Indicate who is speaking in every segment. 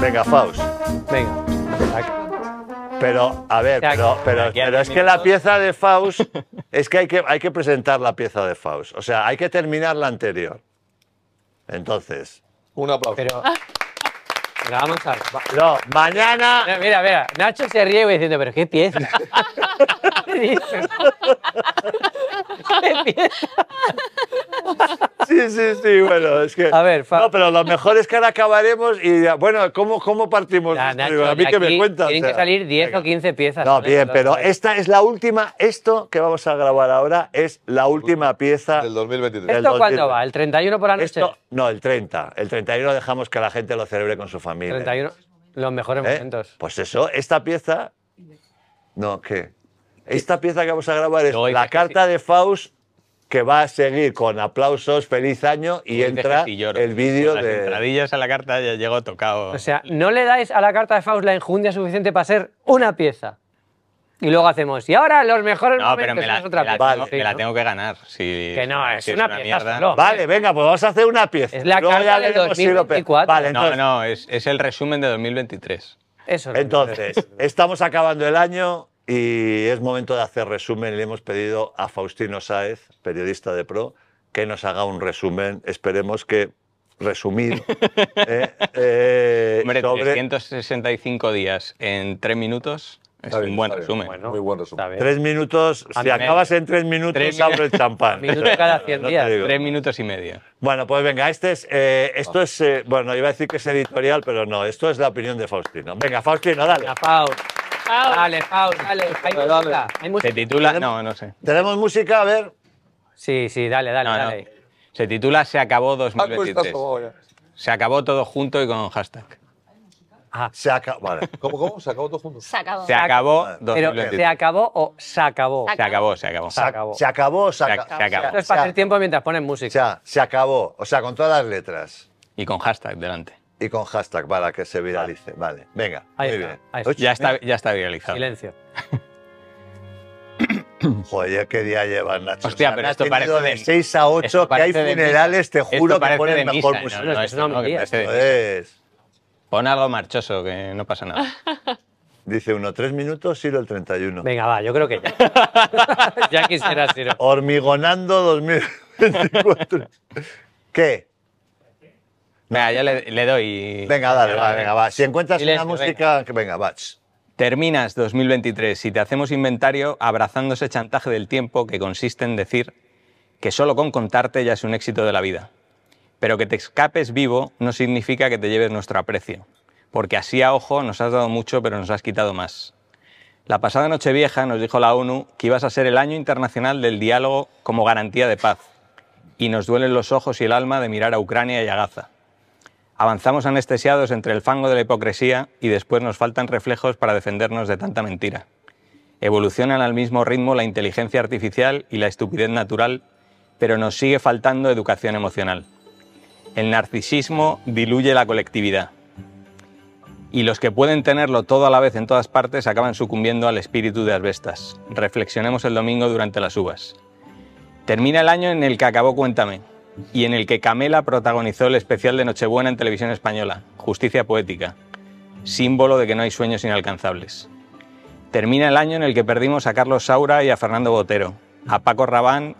Speaker 1: Venga, Faust.
Speaker 2: Venga.
Speaker 1: Pero, a ver,
Speaker 2: sea,
Speaker 1: pero, pero,
Speaker 3: aquí hay
Speaker 1: pero es que
Speaker 3: minutos.
Speaker 1: la pieza de Faust, es que hay, que hay que presentar la pieza de Faust. O sea, hay que terminar la anterior. Entonces.
Speaker 4: Un aplauso.
Speaker 2: Pero. Venga, vamos a ver. va-
Speaker 1: No, mañana.
Speaker 2: No, Mira, mira, Nacho se ríe güey, diciendo, pero qué pieza. ¿Qué dices? ¿Qué pieza?
Speaker 1: Sí, sí, sí, bueno, es que.
Speaker 2: A ver, Fa-
Speaker 1: No, pero lo mejor es que ahora acabaremos y, bueno, ¿cómo, cómo partimos?
Speaker 2: Ya,
Speaker 1: esto?
Speaker 2: Nacho,
Speaker 1: Digo, a mí
Speaker 2: de
Speaker 1: que me
Speaker 2: aquí
Speaker 1: cuentas.
Speaker 2: Tienen
Speaker 1: O
Speaker 2: que
Speaker 1: sea,
Speaker 2: salir 10
Speaker 1: venga.
Speaker 2: o 15 piezas.
Speaker 1: No,
Speaker 2: ¿no?
Speaker 1: bien,
Speaker 2: Entonces,
Speaker 1: pero esta es la última. Esto que vamos a grabar ahora es la última pieza.
Speaker 4: Del 2023.
Speaker 1: el
Speaker 2: ¿Esto cuándo
Speaker 1: 2000.
Speaker 2: va? ¿El 31 por la noche?
Speaker 1: Esto, no, el 30. El 31 dejamos que la gente lo celebre con su familia.
Speaker 2: 31. Los mejores
Speaker 1: ¿Eh?
Speaker 2: momentos.
Speaker 1: Pues eso, esta pieza. No, ¿qué? Esta pieza que vamos a grabar es
Speaker 3: No, dice
Speaker 1: la
Speaker 3: que
Speaker 1: carta de Faust que va a seguir con aplausos, feliz año y entra el vídeo
Speaker 3: Las
Speaker 1: de.
Speaker 3: entradillas a la carta ya llegó tocado.
Speaker 2: O sea, no le dais a la carta de Faust la enjundia suficiente para ser una pieza. Y luego hacemos, y ahora los mejores
Speaker 3: no,
Speaker 2: momentos
Speaker 3: pero me la,
Speaker 2: es otra
Speaker 3: me la
Speaker 2: pieza.
Speaker 3: tengo,
Speaker 2: Sí,
Speaker 3: me la
Speaker 2: ¿no?
Speaker 3: tengo que ganar. Si,
Speaker 2: Que no, es
Speaker 3: si
Speaker 2: una pieza solo.
Speaker 1: Vale, venga, pues vamos a hacer una pieza.
Speaker 2: Es la
Speaker 1: Luego
Speaker 2: carta
Speaker 1: ya
Speaker 2: del
Speaker 1: veremos si lo pe-
Speaker 2: 2024.
Speaker 1: Vale,
Speaker 3: No,
Speaker 1: entonces,
Speaker 3: no, es, es el resumen de 2023.
Speaker 2: Eso es lo que
Speaker 1: entonces, estamos acabando el año y es momento de hacer resumen. Le hemos pedido a Faustino Sáez, periodista de Pro, que nos haga un resumen. Esperemos que resumir eh, eh,
Speaker 3: Hombre,
Speaker 1: sobre
Speaker 3: 365 días en 3 minutos es
Speaker 4: Está bien,
Speaker 3: un buen
Speaker 4: está bien.
Speaker 3: resumen.
Speaker 2: Bueno,
Speaker 4: Muy buen resumen.
Speaker 2: está bien.
Speaker 1: Tres minutos,
Speaker 3: A
Speaker 1: si
Speaker 3: mí me-
Speaker 1: acabas en tres minutos,
Speaker 3: Tres minu-
Speaker 1: abro el champán.
Speaker 2: Minuto cada cien
Speaker 1: te
Speaker 2: días.
Speaker 1: digo.
Speaker 3: 3 minutos y medio.
Speaker 1: Bueno, pues venga, este es, eh, esto
Speaker 3: Oh.
Speaker 1: es, eh, bueno, iba a decir que es editorial, pero no, esto es la opinión de Faustino. Venga, Faustino, dale.
Speaker 2: Venga, Faust. Dale, Faust, dale. Hay
Speaker 4: Dale, dale.
Speaker 2: música. Hay
Speaker 3: Se
Speaker 2: música.
Speaker 3: titula. No, no sé.
Speaker 1: Tenemos música, a ver.
Speaker 2: Sí, sí, dale, dale,
Speaker 3: No, no.
Speaker 2: dale.
Speaker 3: Se titula Se acabó
Speaker 4: Paco está
Speaker 3: 2023.
Speaker 4: asomado ya.
Speaker 3: Se acabó todo junto y con hashtag.
Speaker 2: Ah.
Speaker 1: Se acaba. Vale.
Speaker 4: ¿Cómo, cómo? ¿Se acabó todo junto?
Speaker 5: Se acabó.
Speaker 3: Se acabó
Speaker 2: Pero,
Speaker 3: 2023.
Speaker 2: ¿se acabó o se acabó?
Speaker 3: Se acabó, se acabó.
Speaker 1: Se
Speaker 2: acabó.
Speaker 1: Se acabó, se,
Speaker 3: Se
Speaker 1: aca-
Speaker 3: ac- se acabó.
Speaker 2: Esto es
Speaker 1: se
Speaker 2: para
Speaker 1: ac-
Speaker 2: hacer tiempo mientras ponen
Speaker 1: O
Speaker 2: música.
Speaker 1: sea, se acabó. O sea, con todas las letras.
Speaker 3: Y con hashtag delante.
Speaker 1: Y con hashtag para que se viralice. Vale, venga.
Speaker 2: Ahí
Speaker 1: muy
Speaker 2: está,
Speaker 1: bien.
Speaker 2: ahí está.
Speaker 1: Oye,
Speaker 3: Ya está, ya está viralizado.
Speaker 2: Silencio.
Speaker 1: Joder, qué día llevan, Nacho.
Speaker 3: Hostia,
Speaker 1: me
Speaker 3: pero
Speaker 1: has
Speaker 3: esto
Speaker 1: tenido
Speaker 3: parece
Speaker 1: de
Speaker 3: de-
Speaker 1: 6 a 8
Speaker 3: esto
Speaker 1: que hay
Speaker 3: parece de misa.
Speaker 1: funerales, te
Speaker 3: Esto
Speaker 1: juro que
Speaker 3: parece de
Speaker 1: ponen
Speaker 3: misa,
Speaker 1: mejor
Speaker 3: no,
Speaker 1: música.
Speaker 2: no, es
Speaker 3: esto
Speaker 2: una
Speaker 3: no, que
Speaker 2: homilía.
Speaker 3: parece de misa.
Speaker 1: Es.
Speaker 3: Pon algo marchoso, que no pasa nada.
Speaker 1: Dice uno, tres minutos, Siro el 31.
Speaker 2: Venga, va, yo creo que ya. ya quisiera Ciro.
Speaker 1: Hormigonando 2024. ¿Qué?
Speaker 3: Venga, ya le, le doy.
Speaker 1: Venga, dale, va, venga, va. Si encuentras
Speaker 2: Silencio,
Speaker 1: una música, que venga, va. ch.
Speaker 3: Terminas 2023 y te hacemos inventario abrazando ese chantaje del tiempo que consiste en decir que solo con contarte ya es un éxito de la vida. Pero que te escapes vivo no significa que te lleves nuestro aprecio, porque así a ojo nos has dado mucho pero nos has quitado más. La pasada Nochevieja nos dijo la ONU que ibas a ser el año internacional del diálogo como garantía de paz, y nos duelen los ojos y el alma de mirar a Ucrania y a Gaza. Avanzamos anestesiados entre el fango de la hipocresía y después nos faltan reflejos para defendernos de tanta mentira. Evolucionan al mismo ritmo la inteligencia artificial y la estupidez natural, pero nos sigue faltando educación emocional. El narcisismo diluye la colectividad. Y los que pueden tenerlo todo a la vez en todas partes acaban sucumbiendo al espíritu de asbestas. Reflexionemos el domingo durante las uvas. Termina el año en el que acabó Cuéntame y en el que Camela protagonizó el especial de Nochebuena en televisión española, Justicia Poética, símbolo de que no hay sueños inalcanzables. Termina el año en el que perdimos a Carlos Saura y a Fernando Botero, a Paco Rabán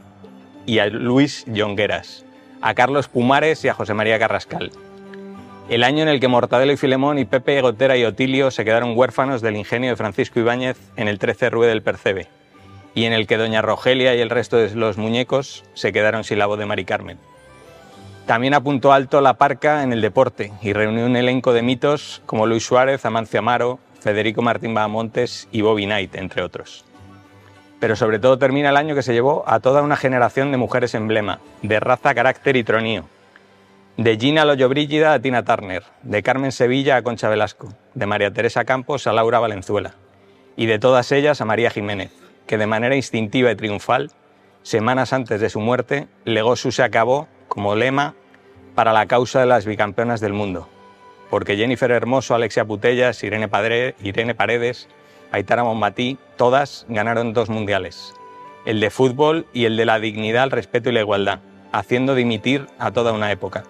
Speaker 3: y a Luis Llongueras, a Carlos Pumares y a José María Carrascal. El año en el que Mortadelo y Filemón y Pepe Gotera y Otilio se quedaron huérfanos del ingenio de Francisco Ibáñez en el 13 Rue del Percebe, y en el que Doña Rogelia y el resto de los muñecos se quedaron sin la voz de Mari Carmen. También apuntó alto la parca en el deporte y reunió un elenco de mitos como Luis Suárez, Amancio Amaro, Federico Martín Bahamontes y Bobby Knight, entre otros. pero sobre todo termina el año que se llevó a toda una generación de mujeres emblema, de raza, carácter y tronío. De Gina Loyobrígida a Tina Turner, de Carmen Sevilla a Concha Velasco, de María Teresa Campos a Laura Valenzuela, y de todas ellas a María Jiménez, que de manera instintiva y triunfal, semanas antes de su muerte, legó su se acabó como lema para la causa de las bicampeonas del mundo. Porque Jennifer Hermoso, Alexia Putellas, Irene, Padre, Irene Paredes, Aitana Bonmatí, todas ganaron dos mundiales. El de fútbol y el de la dignidad, el respeto y la igualdad, haciendo dimitir a toda una época.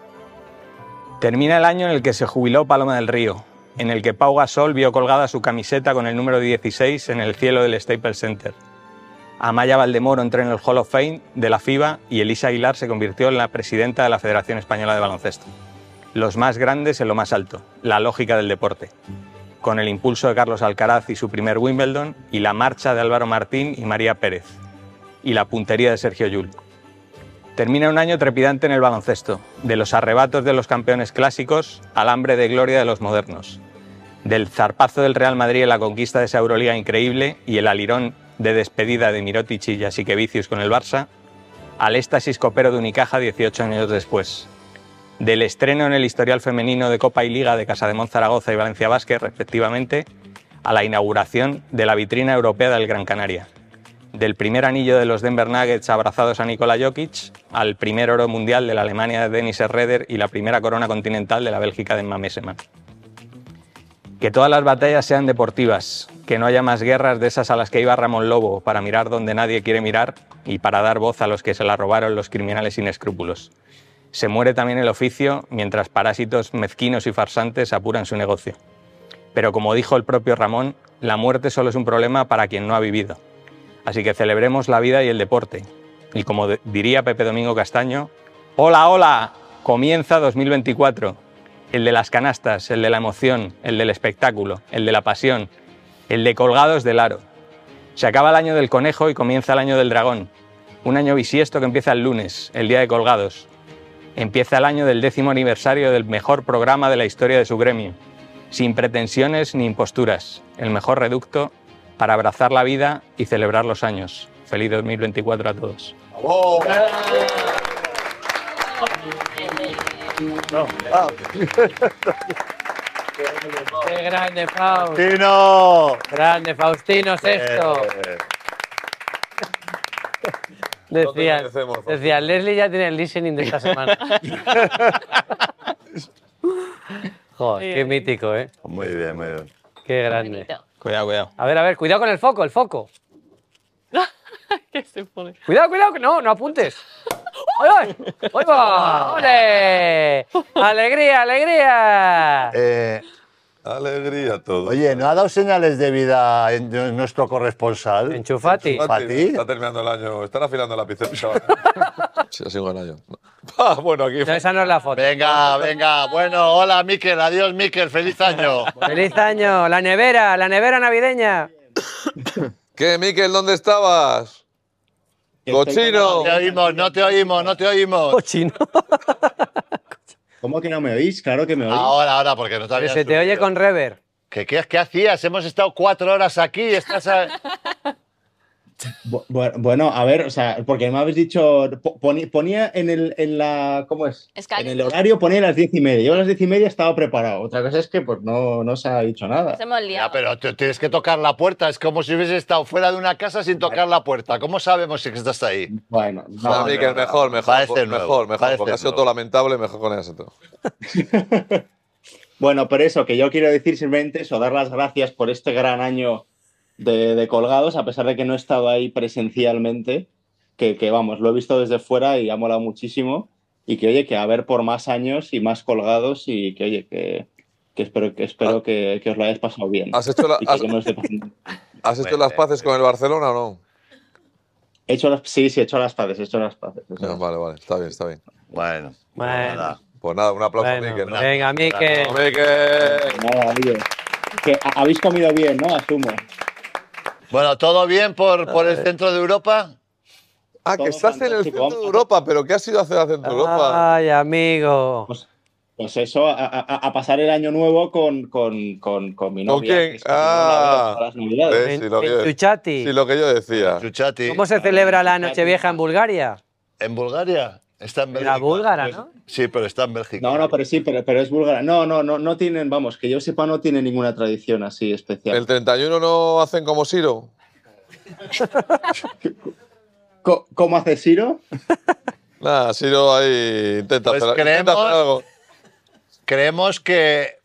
Speaker 3: Termina el año en el que se jubiló Paloma del Río, en el que Pau Gasol vio colgada su camiseta con el número 16 en el cielo del Staples Center. Amaya Valdemoro entró en el Hall of Fame de la FIBA y Elisa Aguilar se convirtió en la presidenta de la Federación Española de Baloncesto. Los más grandes en lo más alto, la lógica del deporte. Con el impulso de Carlos Alcaraz y su primer Wimbledon y la marcha de Álvaro Martín y María Pérez. Y la puntería de Sergio Llull. Termina un año trepidante en el baloncesto, de los arrebatos de los campeones clásicos al hambre de gloria de los modernos, del zarpazo del Real Madrid en la conquista de esa Euroliga increíble y el alirón de despedida de Mirotic y Jasikevicius con el Barça, al éxtasis copero de Unicaja 18 años después, del estreno en el historial femenino de Copa y Liga de Casademont Zaragoza y Valencia Vázquez, respectivamente, a la inauguración de la vitrina europea del Gran Canaria del primer anillo de los Denver Nuggets abrazados a Nikola Jokic, al primer oro mundial de la Alemania de Dennis Reder y la primera corona continental de la Bélgica de Mamesema. Que todas las batallas sean deportivas, que no haya más guerras de esas a las que iba Ramón Lobo para mirar donde nadie quiere mirar y para dar voz a los que se la robaron los criminales sin escrúpulos. Se muere también el oficio mientras parásitos mezquinos y farsantes apuran su negocio. Pero como dijo el propio Ramón, la muerte solo es un problema para quien no ha vivido. Así que celebremos la vida y el deporte. Y como de- diría Pepe Domingo Castaño, hola, hola, comienza 2024. El de las canastas, el de la emoción, el del espectáculo, el de la pasión, el de colgados del aro. Se acaba el año del conejo y comienza el año del dragón. Un año bisiesto que empieza el lunes, el día de colgados. Empieza el año del décimo aniversario del mejor programa de la historia de su gremio. Sin pretensiones ni imposturas. El mejor reducto para abrazar la vida y celebrar los años. Feliz 2024 a todos.
Speaker 1: Ah,
Speaker 2: ¡Qué grande, Faust!
Speaker 6: ¡Tino!
Speaker 2: ¡Grande, Faustino Sexto!
Speaker 6: Eh,
Speaker 2: Decía,
Speaker 5: merecemos, Faustino.
Speaker 2: decía, Leslie ya tiene el listening de esta semana. Joder, qué mítico, ¿eh?
Speaker 6: muy bien, muy bien.
Speaker 2: Qué grande.
Speaker 7: Bonito.
Speaker 3: Cuidado, cuidado.
Speaker 2: A ver, a ver, cuidado con el foco, el foco.
Speaker 7: ¿Qué se pone?
Speaker 2: Cuidado, cuidado, que- no, no apuntes. ¡Ay, ay! ¡Ay, va! ¡Ole! ¡Alegría, alegría!
Speaker 6: Eh,
Speaker 5: Alegría todo.
Speaker 6: oye, ¿no ha dado señales de vida en- de nuestro corresponsal?
Speaker 2: Enchufati.
Speaker 5: Pati,
Speaker 6: ¿para ti?
Speaker 5: Está terminando el año. Están afilando la pizza. sí, ha sido el año. Ah, bueno, aquí.
Speaker 2: No, esa no es la foto.
Speaker 6: Venga, venga. Bueno, hola, Miquel. Adiós, Miquel. Feliz año.
Speaker 2: ¡Feliz año! ¡La nevera, la nevera navideña!
Speaker 5: ¿Qué, Miquel, dónde estabas?
Speaker 6: No
Speaker 5: Cochino.
Speaker 6: te oímos, no te oímos, no te oímos.
Speaker 2: ¡Cochino!
Speaker 8: ¿Cómo que no me oís? Claro que me oís.
Speaker 6: Ahora, ahora, porque no te habías
Speaker 2: ¿eh? Se te oye
Speaker 6: subido.
Speaker 2: con rever.
Speaker 6: ¿Qué, qué, qué hacías? Hemos estado cuatro horas aquí y estás... a-
Speaker 8: Bu- bu- bueno, a ver, o sea, porque me habéis dicho, po- poni- ponía en, el, en la, ¿cómo es?
Speaker 7: Escaleta.
Speaker 8: En el horario ponía las diez y media. Yo a las diez y media estaba preparado. Otra cosa es que pues no, no se ha dicho nada.
Speaker 7: Se hemos liado.
Speaker 6: Ya, pero te- tienes que tocar la puerta. Es como si hubiese estado fuera de una casa sin tocar la puerta. ¿Cómo sabemos si estás ahí?
Speaker 8: Bueno, no,
Speaker 5: Nada,
Speaker 6: Joder,
Speaker 5: Ah, Miquel,
Speaker 6: no, no.
Speaker 5: mejor, mejor.
Speaker 6: Parece
Speaker 5: mejor,
Speaker 6: nuevo,
Speaker 5: mejor,
Speaker 6: parece
Speaker 5: porque ha sido
Speaker 6: nuevo.
Speaker 5: todo lamentable, mejor con el acento.
Speaker 8: Bueno, pero eso, que yo quiero decir simplemente eso, dar las gracias por este gran año de, de colgados, a pesar de que no he estado ahí presencialmente, que, que, vamos, lo he visto desde fuera y ha molado muchísimo. Y que oye, que a ver por más años y más colgados y que oye, que, que espero, que, espero
Speaker 5: Ah.
Speaker 8: que, que os lo hayáis pasado bien.
Speaker 5: ¿Has hecho, la-
Speaker 8: Y que
Speaker 5: has-
Speaker 8: yo me lo esté pasando.
Speaker 5: has hecho las paces con el Barcelona o no?
Speaker 8: He hecho las, sí, sí, he hecho las paces, he hecho las paces. he hecho
Speaker 5: No,
Speaker 8: las-
Speaker 5: Vale, vale, está bien, está bien.
Speaker 6: Bueno,
Speaker 2: Bueno.
Speaker 6: nada.
Speaker 5: Pues nada, un aplauso
Speaker 2: Bueno,
Speaker 5: a Miquel. ¿no?
Speaker 2: venga, Miquel.
Speaker 5: Bravo, Miquel.
Speaker 8: Nada, oye, que ha- habéis comido bien, ¿no? Asumo.
Speaker 6: Bueno, ¿todo bien por, por el centro de Europa?
Speaker 5: Eh. Ah, que
Speaker 8: Todo
Speaker 5: estás en el
Speaker 8: fantástico,
Speaker 5: centro de
Speaker 8: vamos. Ah.
Speaker 5: Europa, pero ¿qué has ido a hacer al centro de Europa?
Speaker 2: Ay, amigo.
Speaker 8: Pues, Pues eso, a, a- a pasar el año nuevo con, con, con, con mi
Speaker 5: ¿Con
Speaker 8: novia.
Speaker 5: quién?
Speaker 8: que es como la-
Speaker 5: Ah.
Speaker 8: las navidades.
Speaker 5: Eh, si lo
Speaker 2: En
Speaker 5: que-
Speaker 2: Tuchati.
Speaker 5: Sí, lo que yo decía.
Speaker 1: Chuchati.
Speaker 2: ¿Cómo se celebra la Nochevieja en Bulgaria?
Speaker 1: ¿En Bulgaria? Está en Bélgica.
Speaker 2: La búlgara, ¿no?
Speaker 1: Sí, pero está en Bélgica.
Speaker 8: No, no, pero sí, pero, pero es búlgara. No, no, no, no tienen, vamos, que yo sepa, no tienen ninguna tradición así especial.
Speaker 5: ¿El 31 no hacen como Siro?
Speaker 8: Co- ¿Cómo hace Ciro?
Speaker 5: Nada, Siro ahí intenta,
Speaker 1: Pues
Speaker 5: hacer, intenta
Speaker 1: creemos-
Speaker 5: hacer algo.
Speaker 1: Creemos que.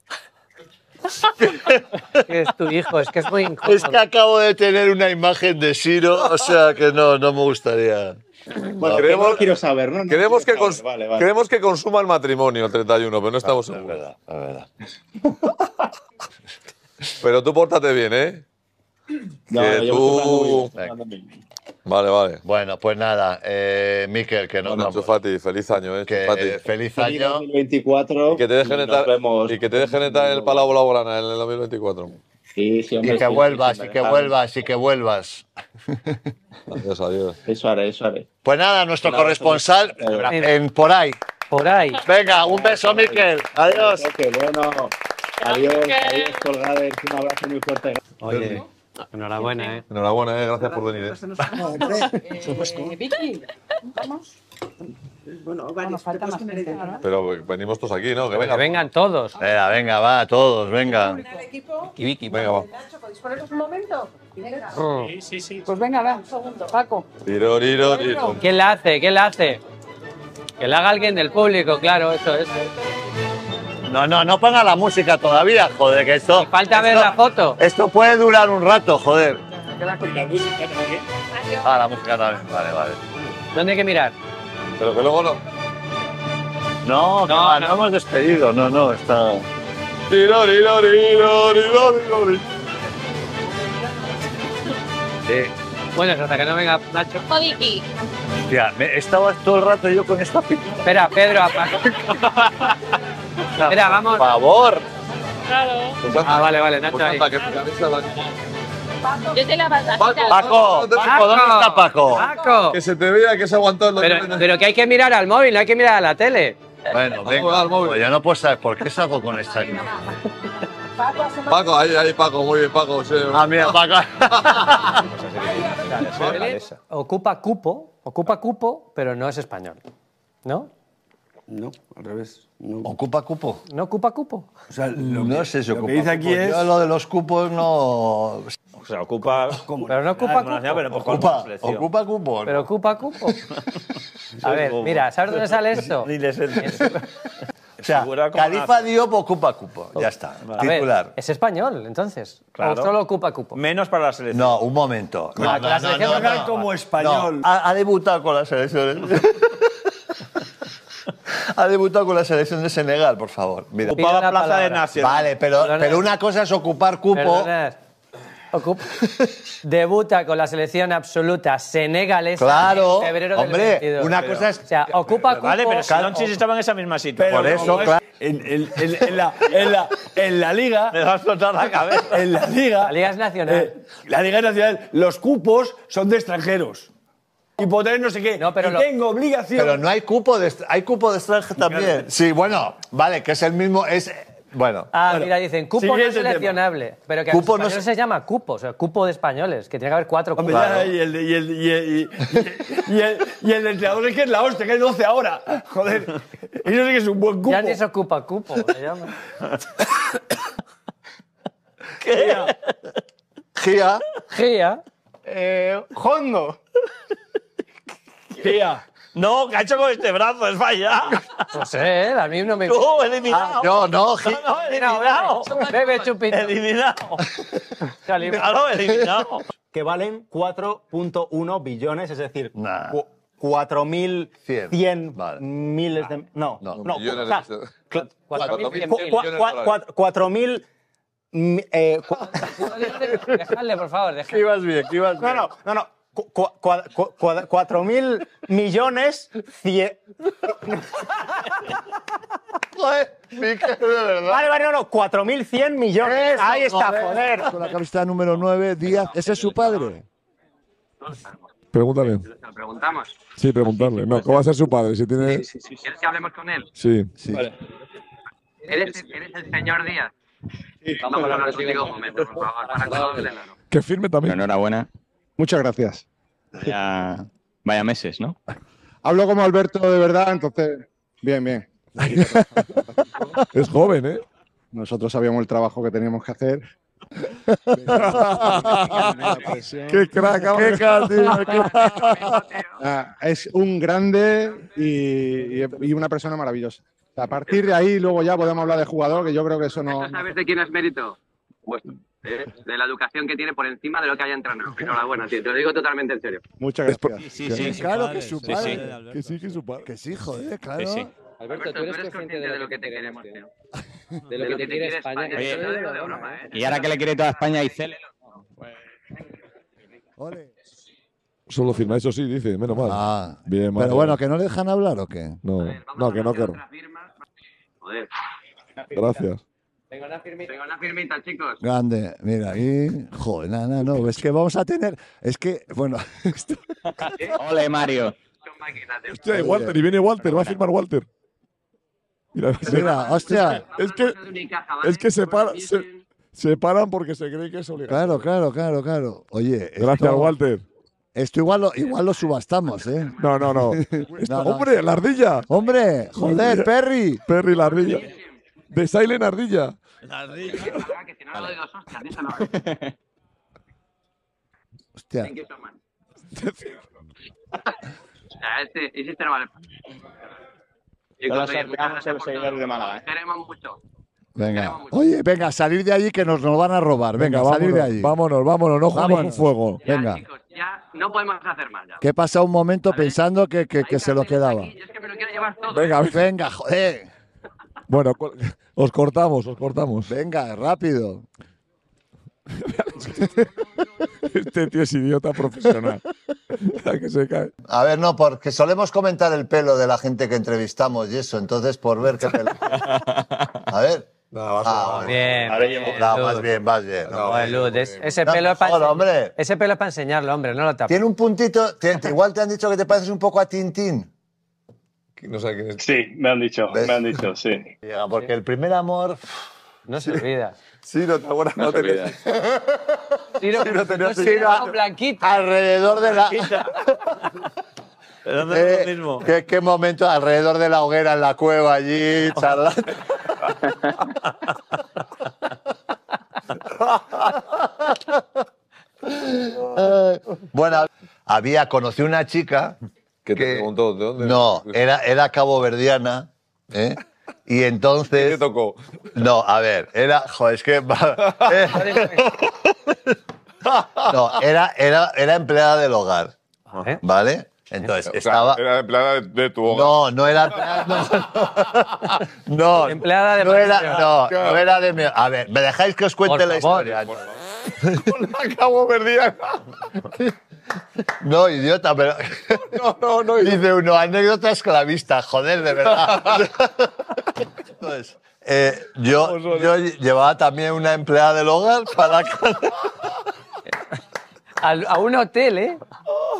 Speaker 2: Que es tu hijo, es que es muy incómodo.
Speaker 1: Es que acabo de tener una imagen de Siro, o sea que no, no me gustaría.
Speaker 8: Bueno, que no lo quiero saber, ¿no? No
Speaker 5: Creemos que,
Speaker 8: quiero
Speaker 5: cons-
Speaker 8: saber, vale, Ah, vale.
Speaker 5: creemos que consuma el matrimonio el 31, pero no estamos
Speaker 1: Es
Speaker 5: seguros.
Speaker 1: verdad, es verdad.
Speaker 5: Pero tú pórtate bien, ¿eh?
Speaker 8: No,
Speaker 5: que
Speaker 8: no, yo me estoy
Speaker 5: tú-
Speaker 8: portando muy bien, estoy portando muy bien.
Speaker 5: Vale, vale.
Speaker 1: Bueno, pues nada, eh, Miquel, que nos
Speaker 5: Bueno,
Speaker 1: vamos.
Speaker 5: Chufati, feliz año, ¿eh?
Speaker 1: Que
Speaker 5: Chufati.
Speaker 1: feliz
Speaker 8: Feliz
Speaker 1: año.
Speaker 8: 2024.
Speaker 5: Y que te dejen
Speaker 8: nos
Speaker 5: entrar,
Speaker 8: vemos.
Speaker 5: y que te dejen entrar en el Palau Blaugrana en el 2024.
Speaker 8: Sí, sí, hombre,
Speaker 1: Y que
Speaker 8: sí, sí, sí,
Speaker 1: vuelvas, y
Speaker 8: me
Speaker 1: que
Speaker 8: dejaron.
Speaker 1: vuelvas, y que vuelvas.
Speaker 5: Adiós, adiós.
Speaker 8: Eso haré, eso haré.
Speaker 1: Pues nada, nuestro
Speaker 8: Un abrazo,
Speaker 1: corresponsal
Speaker 2: abrazo.
Speaker 1: en por ahí.
Speaker 2: Por ahí.
Speaker 1: Venga, un beso, Miquel. Adiós.
Speaker 8: Ok, bueno. Adiós,
Speaker 9: Miquel.
Speaker 8: adiós, colgades. Un abrazo muy fuerte.
Speaker 2: Oye, enhorabuena, ¿eh?
Speaker 5: Enhorabuena, ¿eh? Gracias por venir. ¿eh?
Speaker 9: Eh, Vicky, vamos.
Speaker 10: Bueno, vale,
Speaker 9: Bueno, falta
Speaker 10: pues
Speaker 9: más
Speaker 10: que me
Speaker 9: gente,
Speaker 10: den,
Speaker 9: ¿verdad?
Speaker 5: Pero eh, venimos todos aquí, ¿no? Que venga.
Speaker 2: Que vengan todos.
Speaker 1: Venga, venga, va, todos, venga.
Speaker 10: ¿no? El equipo,
Speaker 11: Y Vicky,
Speaker 5: Venga, va.
Speaker 10: Nacho, ¿podéis poneros un momento? Venga.
Speaker 9: Pues venga, va, un segundo, Paco.
Speaker 5: Tiroriroriro.
Speaker 2: ¿Quién la hace? ¿Quién la hace? Que la haga alguien del público, claro, eso es.
Speaker 1: No, no, no ponga la música todavía, joder, que esto.
Speaker 2: Falta ver
Speaker 1: esto-
Speaker 2: la foto.
Speaker 1: Esto puede durar un rato, joder. Ah, la música también, vale, vale.
Speaker 2: ¿Dónde hay que mirar?
Speaker 5: Pero que luego no.
Speaker 1: No,
Speaker 2: No,
Speaker 1: no, no,
Speaker 2: no.
Speaker 1: hemos despedido, no, no, está.
Speaker 5: Tirorirorirorirorirori.
Speaker 1: Sí,
Speaker 2: Bueno, hasta que no venga Nacho.
Speaker 9: O Vicky.
Speaker 1: hostia, me estaba todo el rato yo con esta pinta.
Speaker 2: Espera, Pedro, apa- Espera, vamos.
Speaker 1: Por favor.
Speaker 9: Claro.
Speaker 2: Ah, vale, vale, Nacho ahí.
Speaker 5: Pues anda, que mi cabeza la-
Speaker 9: Yo te la vas a quitar.
Speaker 1: Paco, Paco, ¿dónde está Paco?
Speaker 2: Paco.
Speaker 5: Que se te vea que se ha aguantado los
Speaker 2: Pero, pero que hay que mirar al móvil, no hay que mirar a la tele.
Speaker 1: Bueno,
Speaker 5: Vamos
Speaker 1: venga,
Speaker 5: al móvil.
Speaker 1: pues yo no puedo saber por qué salgo con esta.
Speaker 10: Paco, asómate.
Speaker 5: Paco, ahí, ahí, Paco, muy bien, Paco. sí.
Speaker 1: Ah, mira, Paco.
Speaker 2: Belén Ocupa cupo, ocupa cupo, pero no es español. ¿No?
Speaker 4: No, al revés. No.
Speaker 1: ¿Ocupa cupo?
Speaker 2: No ocupa cupo.
Speaker 4: O sea, lo
Speaker 1: No
Speaker 4: que-
Speaker 1: sé si
Speaker 4: lo
Speaker 1: ocupa
Speaker 4: que dice
Speaker 1: cupo.
Speaker 4: aquí es.
Speaker 1: Yo lo de los cupos no...
Speaker 12: O sea, ocupa. Ah,
Speaker 2: Pero no ocupa
Speaker 12: Bueno,
Speaker 2: cupo.
Speaker 12: pero pues por
Speaker 1: Ocupa,
Speaker 12: cualquier selección.
Speaker 1: ocupa cupo.
Speaker 2: Pero ocupa cupo. A ver, mira, ¿sabes dónde sale esto?
Speaker 12: Diles el-
Speaker 1: o sea,
Speaker 12: figura como
Speaker 1: Califa
Speaker 12: nazi.
Speaker 1: Diop ocupa cupo. Ya está,
Speaker 2: A ver,
Speaker 1: titular.
Speaker 2: es español, entonces.
Speaker 12: Claro.
Speaker 2: O solo ocupa cupo.
Speaker 12: Menos para la selección.
Speaker 1: No, un momento. No,
Speaker 2: la selección juega
Speaker 4: como español.
Speaker 1: No, Ha, ha debutado con la selección. ha debutado con la selección de Senegal, por favor. Mira.
Speaker 2: Pide
Speaker 12: Ocupaba
Speaker 2: la
Speaker 12: plaza de
Speaker 2: palabra.
Speaker 12: Nacional.
Speaker 1: Vale, pero,
Speaker 2: Perdona.
Speaker 1: pero una cosa es ocupar cupo.
Speaker 2: Perdonad. Ocupa. Debuta con la selección absoluta senegalesa
Speaker 1: Claro.
Speaker 2: en febrero del
Speaker 1: Hombre,
Speaker 2: 22.
Speaker 1: una cosa es-
Speaker 2: O sea, ocupa cupo.
Speaker 12: Vale, pero si
Speaker 2: o-
Speaker 12: Doncic estaba en esa misma situación.
Speaker 4: Pero
Speaker 1: por eso,
Speaker 4: como es-
Speaker 1: claro.
Speaker 4: En, en- en- en la, en la- en la liga.
Speaker 12: Me va a explotar la cabeza.
Speaker 4: En la liga. Eh,
Speaker 2: La liga es nacional.
Speaker 4: la liga es nacional. Los cupos son de extranjeros. Y poder no sé qué.
Speaker 2: No, pero
Speaker 4: y
Speaker 2: lo-
Speaker 4: tengo obligación.
Speaker 1: Pero no hay cupo de hay cupo de extranjero también. Sí, bueno, vale, que es el mismo es bueno.
Speaker 2: Ah,
Speaker 4: Bueno,
Speaker 2: mira, dicen cupo no
Speaker 4: siguiente tema.
Speaker 2: seleccionable. Pero que
Speaker 1: Cupo
Speaker 2: cupo
Speaker 1: no
Speaker 2: no se llama cupo, o sea, cupo de españoles, que tiene que haber cuatro
Speaker 4: Hombre,
Speaker 2: cupos.
Speaker 4: ya, y, el, y, el, y, el, y, y el- y el entrenador es que es la hostia, que es 12 ahora. Joder. Y no sé que es un buen cupo.
Speaker 2: Ya ni se ocupa cupo, eh. se llama.
Speaker 1: Eh, Gia,
Speaker 2: Gia.
Speaker 13: eh,
Speaker 4: Hondo. Tía.
Speaker 12: No, que ha hecho con este brazo, es falla.
Speaker 2: No sé, ¿eh? a mí no me... Ah,
Speaker 12: No, eliminado.
Speaker 1: no, no, Gia.
Speaker 12: No, eliminado.
Speaker 2: Bebe chupito.
Speaker 12: Eliminado.
Speaker 2: Calibre.
Speaker 12: Claro, eliminado.
Speaker 13: que valen 4.1 billones, es decir,
Speaker 1: Nah.
Speaker 13: cu- 4.100
Speaker 1: Cien, vale.
Speaker 13: miles de... No,
Speaker 1: No,
Speaker 13: no,
Speaker 5: millones
Speaker 13: o sea,
Speaker 5: de-
Speaker 13: cla-
Speaker 2: Cuatro mil, cien
Speaker 5: Cu-
Speaker 2: mil.
Speaker 13: cua-
Speaker 5: de
Speaker 13: cua-
Speaker 5: dólares.
Speaker 13: cua- 4.000... mm, eh, cu-
Speaker 2: Dejadle, por favor, dejadle.
Speaker 1: ibas bien, que ibas
Speaker 13: no,
Speaker 1: bien.
Speaker 13: no, no, no. cu- cua- cua- cua- cua- 4.000 millones... cien-
Speaker 1: Joder, Miquel, de verdad.
Speaker 13: Vale, vale, no, no, 4.100 millones. Ahí está, joder.
Speaker 14: Con la camiseta número 9, Díaz. ¿Ese es su padre? Pregúntale.
Speaker 2: ¿Lo preguntamos?
Speaker 14: Sí, preguntarle. No, ¿cómo va a ser su padre? Si tiene...
Speaker 2: ¿Quieres que hablemos con él?
Speaker 14: Sí. sí.
Speaker 2: ¿Eres, eres el señor Díaz? Vamos a hablar los últimos momentos, por favor, para todos de la noche.
Speaker 3: Que firme también. enhorabuena.
Speaker 8: Muchas gracias.
Speaker 3: Vaya, vaya meses, ¿no?
Speaker 8: Hablo como Alberto de verdad, entonces, bien, bien.
Speaker 14: Es joven, ¿eh?
Speaker 8: Nosotros sabíamos el trabajo que teníamos que hacer.
Speaker 14: Qué crack, hombre. Qué crack, tío, qué
Speaker 8: Ah, es un grande y, y- y una persona maravillosa. A partir de ahí, luego ya podemos hablar de jugador, que yo creo que eso no.
Speaker 2: ¿Sabes de quién es mérito? Vuestro. ¿eh? De la educación que tiene por encima de lo que haya entrenado. Enhorabuena, tío. Te lo digo totalmente en serio.
Speaker 8: Muchas gracias.
Speaker 2: Sí, sí, sí,
Speaker 5: claro
Speaker 2: su
Speaker 5: que
Speaker 2: padre,
Speaker 5: es su
Speaker 2: sí,
Speaker 5: padre.
Speaker 2: sí.
Speaker 5: Que sí, que es su padre. Que sí, joder, claro.
Speaker 2: Sí, sí.
Speaker 15: Alberto, tú eres consciente de lo que te queremos, tío. De lo que te quiere España.
Speaker 2: Oye,
Speaker 15: Eso no es de broma, ¿eh?
Speaker 3: Y ahora que le quiere toda España y Cele.
Speaker 14: Solo firma, eso sí, dice, menos mal. Bien,
Speaker 5: Ah. Pero bueno, ¿que no le dejan hablar o qué?
Speaker 14: No, no, que no quiero.
Speaker 2: Joder.
Speaker 14: Gracias.
Speaker 2: Tengo una firmita. Tengo una firmita, chicos.
Speaker 5: Grande, mira, y. Joder, nada, nada, no, es que vamos a tener. Es que, bueno. esto-
Speaker 3: Ole, Mario.
Speaker 14: Hostia, y Walter, y viene Walter, va a firmar Walter. Mira,
Speaker 5: Mira, hostia.
Speaker 14: Es que, es que se, para- se- se paran porque se cree que es obligatorio.
Speaker 5: Claro, claro, claro, claro. Oye.
Speaker 14: Gracias, Walter.
Speaker 5: Esto igual lo, igual lo subastamos, ¿eh?
Speaker 14: No, no, no. Esto- ¡Hombre, la ardilla!
Speaker 5: ¡Hombre! ¡Joder, Perry!
Speaker 14: Perry, la ardilla. De Silent Ardilla.
Speaker 2: Que si no lo doy dos hostias, eso no. Thank
Speaker 5: Hostia.
Speaker 2: you so much. Ah, Este, ese este no vale. Chicos,
Speaker 16: Todos
Speaker 2: oye, muchas
Speaker 16: saludamos a
Speaker 2: gracias
Speaker 16: los
Speaker 2: por
Speaker 16: seguidores
Speaker 2: todo.
Speaker 16: de Málaga,
Speaker 17: ¿eh?
Speaker 2: Os Queremos mucho.
Speaker 5: Venga. Oye, venga, salir de allí que nos lo van a robar. Venga, salir de
Speaker 14: vámonos,
Speaker 5: allí.
Speaker 14: Vámonos, vámonos, no jugamos con fuego.
Speaker 5: Venga.
Speaker 2: Pues Ya no podemos hacer más. Ya.
Speaker 5: Que he pasado un momento pensando que, que- que se lo quedaba. Venga, venga, joder.
Speaker 14: Bueno, co- os cortamos, os cortamos.
Speaker 5: Venga, rápido.
Speaker 14: Este tío es idiota profesional. La que se cae.
Speaker 1: A ver, no, porque solemos comentar el pelo de la gente que entrevistamos y eso, entonces por ver qué pelo. A ver. Ah, bueno.
Speaker 17: Bien,
Speaker 1: Ahora llevo-
Speaker 17: bien,
Speaker 1: No,
Speaker 17: Lud.
Speaker 1: vas bien, vas bien. no, vas
Speaker 17: Joder,
Speaker 1: bien.
Speaker 17: Lud, es- ese,
Speaker 1: No,
Speaker 17: pelo es pa-
Speaker 1: joder, hombre.
Speaker 17: ese pelo es para enseñarlo, hombre, no lo tapes.
Speaker 1: Tiene un puntito. te- te- igual te han dicho que te pareces un poco a Tintín.
Speaker 12: No sé quién es.
Speaker 18: Sí, me han dicho, me han dicho, sí.
Speaker 1: Llega, Porque el primer amor.
Speaker 17: No se olvida.
Speaker 12: Sí, no te acuerdas, no, te
Speaker 17: Tiro,
Speaker 12: Sí, no tenía
Speaker 17: no
Speaker 12: sentido.
Speaker 17: se llama blanquita.
Speaker 1: Alrededor de la.
Speaker 19: ¿Dónde
Speaker 1: Eh, ¿Qué, qué momento alrededor de la hoguera en la cueva allí, charlando. Eh, bueno, había, conocí una chica.
Speaker 12: Que te preguntó, ¿de dónde?
Speaker 1: No, era, era caboverdiana. ¿eh? Y entonces. ¿Qué
Speaker 12: tocó?
Speaker 1: No, a ver, era. Joder, es que.
Speaker 5: Eh.
Speaker 1: no, era, era, era empleada del hogar. ¿Vale? Entonces, estaba.
Speaker 14: eh,
Speaker 12: Era empleada de, de tu hogar.
Speaker 1: No, no era. No, no,
Speaker 17: Empleada de
Speaker 1: no era,
Speaker 12: Patricia.
Speaker 1: no, no era de mi. A ver, ¿me dejáis que os cuente
Speaker 12: Por
Speaker 1: la
Speaker 12: favor.
Speaker 1: historia?
Speaker 12: La acabo perdida.
Speaker 1: No, idiota, pero. No, no, no. Dice uno, anécdota esclavista, joder, de verdad. Entonces, eh, yo, yo llevaba también una empleada del hogar para.
Speaker 17: Al- A, un hotel, ¿eh?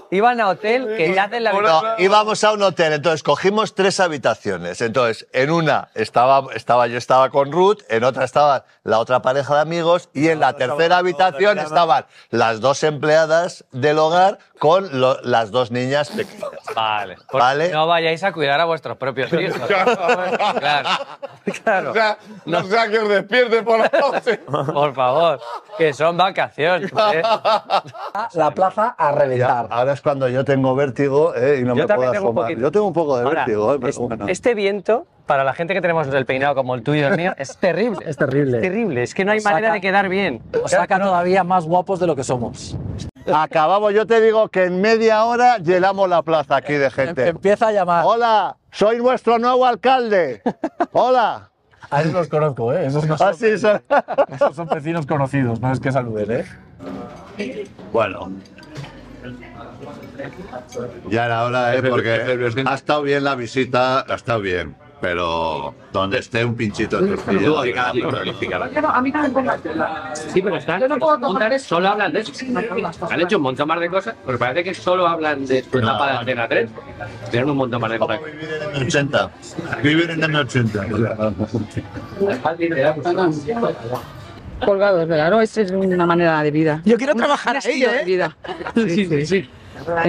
Speaker 17: Iban a hotel que le hacen la
Speaker 1: No, íbamos a un hotel, entonces cogimos tres habitaciones. Entonces, en una estaba, estaba yo estaba con Ruth, en otra estaba la otra pareja de amigos y en la tercera habitación estaban las dos empleadas del hogar con lo- las dos niñas pequeñas.
Speaker 17: Vale.
Speaker 1: ¿Vale?
Speaker 17: No vayáis a cuidar a vuestros propios hijos. claro. claro.
Speaker 12: No sea que os despierte por la noche.
Speaker 17: Por favor, que son vacaciones. ¿eh?
Speaker 1: La plaza a reventar. ahora es cuando yo tengo vértigo eh, y no
Speaker 17: Yo
Speaker 1: me puedo
Speaker 17: también tengo un
Speaker 1: asomar.
Speaker 17: poquito.
Speaker 1: yo tengo un poco de
Speaker 17: Ahora,
Speaker 1: vértigo. eh, pero
Speaker 17: es-
Speaker 1: bueno.
Speaker 17: Este viento, para la gente que tenemos el peinado como el tuyo y el mío, es terrible. Es terrible. Es terrible. Es que no hay
Speaker 15: Nos
Speaker 17: manera
Speaker 15: saca-
Speaker 17: de quedar bien.
Speaker 15: Os saca todavía más guapos de lo que somos.
Speaker 1: Acabamos, yo te digo que en media hora llenamos la plaza aquí de gente.
Speaker 15: Empieza a llamar.
Speaker 1: Hola, soy vuestro nuevo alcalde. Hola.
Speaker 15: A esos los conozco, ¿eh? Esos,
Speaker 1: Ah,
Speaker 15: no son, esos son vecinos conocidos, no es que saluden, ¿eh?
Speaker 1: Bueno. Ya era hora, ¿eh? porque ha estado bien la visita, ha estado bien.
Speaker 20: pero donde esté un pinchito de tortilla, cada uno prolífica la-
Speaker 21: a mí no me pongas tela.
Speaker 2: Sí, pero está.
Speaker 21: Yo no puedo tocar eso.
Speaker 2: Solo hablan de eso. Han hecho un montón más de cosas, pero parece que solo hablan de
Speaker 21: Pues
Speaker 2: tu etapa de Antena 3. Tienen un montón más de cosas.
Speaker 20: en el 80. Vivir en el 80.
Speaker 22: Colgados, ¿verdad? No, esa es una manera de vida. Yo quiero trabajar ahí, ¿eh? De vida. Sí, sí, sí.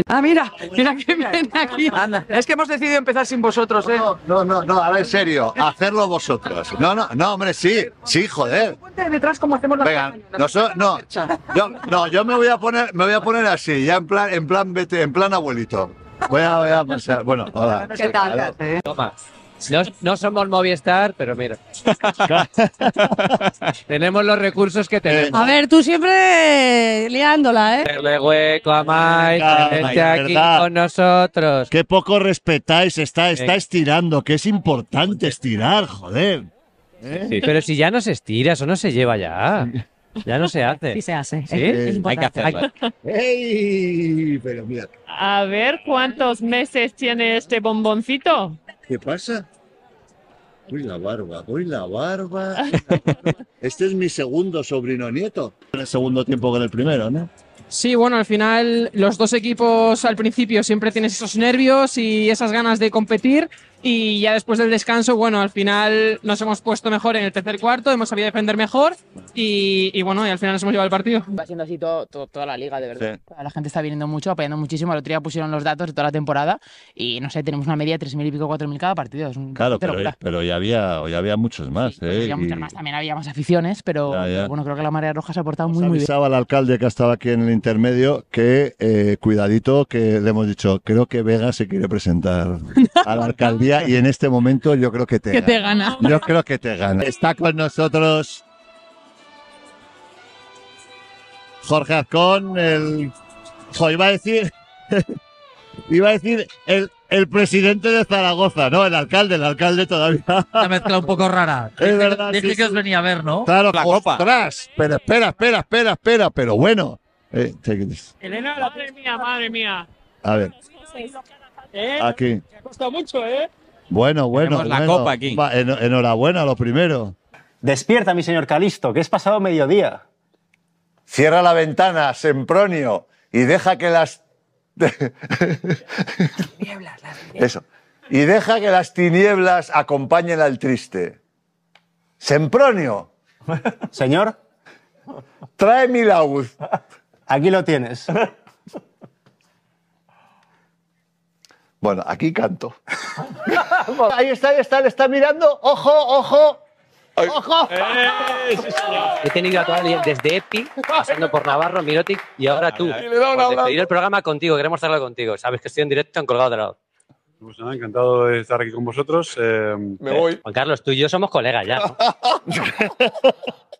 Speaker 22: Ah, mira, mira que viene aquí. Es que hemos decidido empezar sin vosotros, ¿eh?
Speaker 20: No, no, no, ahora en serio, hacerlo vosotros. No, no, no, hombre, sí, sí, joder.
Speaker 22: Ponte detrás como hacemos la
Speaker 20: Venga, nosotros, no, yo, no, yo me voy a poner, me voy a poner así, ya en plan, en plan, vete, en plan abuelito. Voy a, voy a pasar, bueno, hola.
Speaker 2: ¿Qué tal?
Speaker 20: Claro.
Speaker 2: Toma. No, no somos Movistar, pero mira. tenemos los recursos que tenemos.
Speaker 6: A ver, tú siempre liándola, ¿eh?
Speaker 2: Hacerle hueco a Mike,
Speaker 1: Venga,
Speaker 2: tenerte
Speaker 1: Mike,
Speaker 2: aquí
Speaker 1: ¿verdad?
Speaker 2: con nosotros.
Speaker 1: Qué poco respetáis, está, está
Speaker 2: Venga.
Speaker 1: estirando, que es importante estirar, joder.
Speaker 2: Sí, Pero si ya no se estira, eso no se lleva ya. Ya no se hace.
Speaker 15: Sí se hace, es-
Speaker 2: ¿Sí?
Speaker 15: es
Speaker 2: Hay que
Speaker 15: importante.
Speaker 2: hacerlo.
Speaker 1: ¡Ey! Pero mira,
Speaker 15: A ver cuántos meses tiene este bomboncito.
Speaker 20: ¿Qué pasa? Uy, la barba, uy, la barba. la barba. Este es mi segundo sobrino nieto.
Speaker 1: En el segundo tiempo que en el primero, ¿no?
Speaker 23: Sí, bueno, al final los dos equipos al principio siempre tienes esos nervios y esas ganas de competir y ya después del descanso, bueno, al final nos hemos puesto mejor en el tercer cuarto, hemos sabido defender mejor y, y bueno, y al final nos hemos llevado el partido.
Speaker 10: Va siendo así todo, todo- toda la liga, de verdad.
Speaker 23: Sí.
Speaker 10: La gente está viniendo mucho, apoyando muchísimo. El otro día pusieron los datos de toda la temporada y no sé, tenemos una media de 3.000 y pico, 4.000 cada partido. Es un
Speaker 1: Claro,
Speaker 10: de
Speaker 1: pero,
Speaker 10: locura.
Speaker 1: pero ya, había, ya había muchos más. ¿eh?
Speaker 10: Había muchas
Speaker 1: Y-
Speaker 10: más, también había más aficiones, pero,
Speaker 1: Ya, Pues ya.
Speaker 10: pero bueno, creo que la Marea Roja se ha portado muy,
Speaker 1: Nos
Speaker 10: muy bien.
Speaker 1: avisaba al alcalde que estaba aquí en el intermedio que eh, cuidadito que le hemos dicho creo que Vega se quiere presentar a la alcaldía y en este momento yo creo que te
Speaker 15: Que te gana.
Speaker 1: yo creo que te gana está con nosotros Jorge Azcón el jo, iba a decir iba a decir el el presidente de Zaragoza, no, el alcalde, el alcalde todavía. Una
Speaker 24: mezcla un poco rara. Dije
Speaker 1: Es
Speaker 24: que-
Speaker 1: verdad.
Speaker 24: dije
Speaker 1: sí,
Speaker 24: que
Speaker 1: sí.
Speaker 24: os venía a ver, ¿no?
Speaker 1: Claro, la Ostras, pero espera, espera, espera, espera, pero bueno. Eh, take this.
Speaker 15: Elena, madre mía, madre mía.
Speaker 1: a ver,
Speaker 15: ¿Eh?
Speaker 1: aquí.
Speaker 15: Me ha costado mucho, ¿eh?
Speaker 1: Bueno, bueno.
Speaker 8: Tenemos la
Speaker 1: bueno.
Speaker 8: copa aquí.
Speaker 1: Va, en- enhorabuena, lo primero.
Speaker 8: Despierta, mi señor Calisto, que es pasado mediodía.
Speaker 25: Cierra la ventana, Sempronio, y deja que las. Eso. Y deja que las tinieblas acompañen al triste. Sempronio.
Speaker 8: Señor.
Speaker 25: Trae mi laúd.
Speaker 8: Aquí lo tienes.
Speaker 25: Bueno, aquí canto. ahí está, ahí está, le está mirando. ¡Ojo, ojo! ¡Ojo!
Speaker 2: He tenido a toda la desde Epi, pasando por Navarro, Mirotic y ahora tú.
Speaker 4: Y le da un
Speaker 2: Por
Speaker 4: abrazo.
Speaker 2: despedir el programa contigo, queremos hacerlo contigo. Sabes que estoy en directo en Colgado de Lado.
Speaker 4: Pues nada, encantado de estar aquí con vosotros. eh, Me voy.
Speaker 2: Juan Carlos, tú y yo somos colegas ya. ¿no?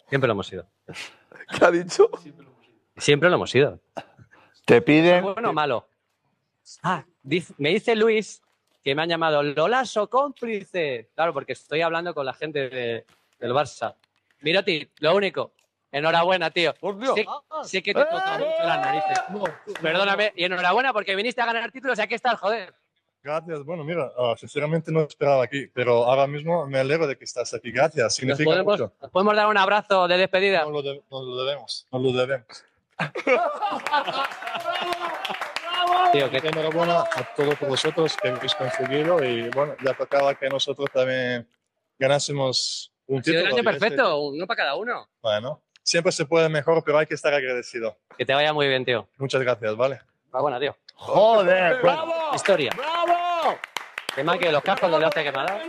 Speaker 2: Siempre lo hemos sido.
Speaker 4: ¿Qué ha dicho?
Speaker 2: Siempre lo hemos sido.
Speaker 25: Te piden.
Speaker 2: Bueno o malo. Ah, dice- me dice Luis que me han llamado Lolaso cómplice. Claro, porque estoy hablando con la gente de- del Barça. Miroti, lo único. Enhorabuena, tío. Sé, sé que te toca
Speaker 26: ¡Eh!
Speaker 2: mucho las narices. Perdóname. Y enhorabuena porque viniste a ganar títulos y aquí estás, joder.
Speaker 26: Gracias, bueno, mira, ah, sinceramente no esperaba aquí, pero ahora mismo me alegro de que estás aquí. Gracias,
Speaker 2: Nos
Speaker 26: significa
Speaker 2: podemos,
Speaker 26: mucho.
Speaker 2: nos podemos dar un abrazo de despedida.
Speaker 26: Nos lo debemos, nos lo debemos.
Speaker 2: Tío, que
Speaker 26: enhorabuena a todos vosotros que habéis conseguido y bueno, ya tocaba que nosotros también ganásemos un
Speaker 2: Ha
Speaker 26: título.
Speaker 2: sido el año
Speaker 26: y este-
Speaker 2: perfecto, uno para cada uno.
Speaker 26: Bueno, siempre se puede mejor, pero hay que estar agradecido.
Speaker 2: Que te vaya muy bien, tío.
Speaker 26: Muchas gracias, ¿vale?
Speaker 2: Enhorabuena, tío.
Speaker 26: Joder,
Speaker 2: Historia. ¡Bravo! Tema que los cascos no le hace quemada.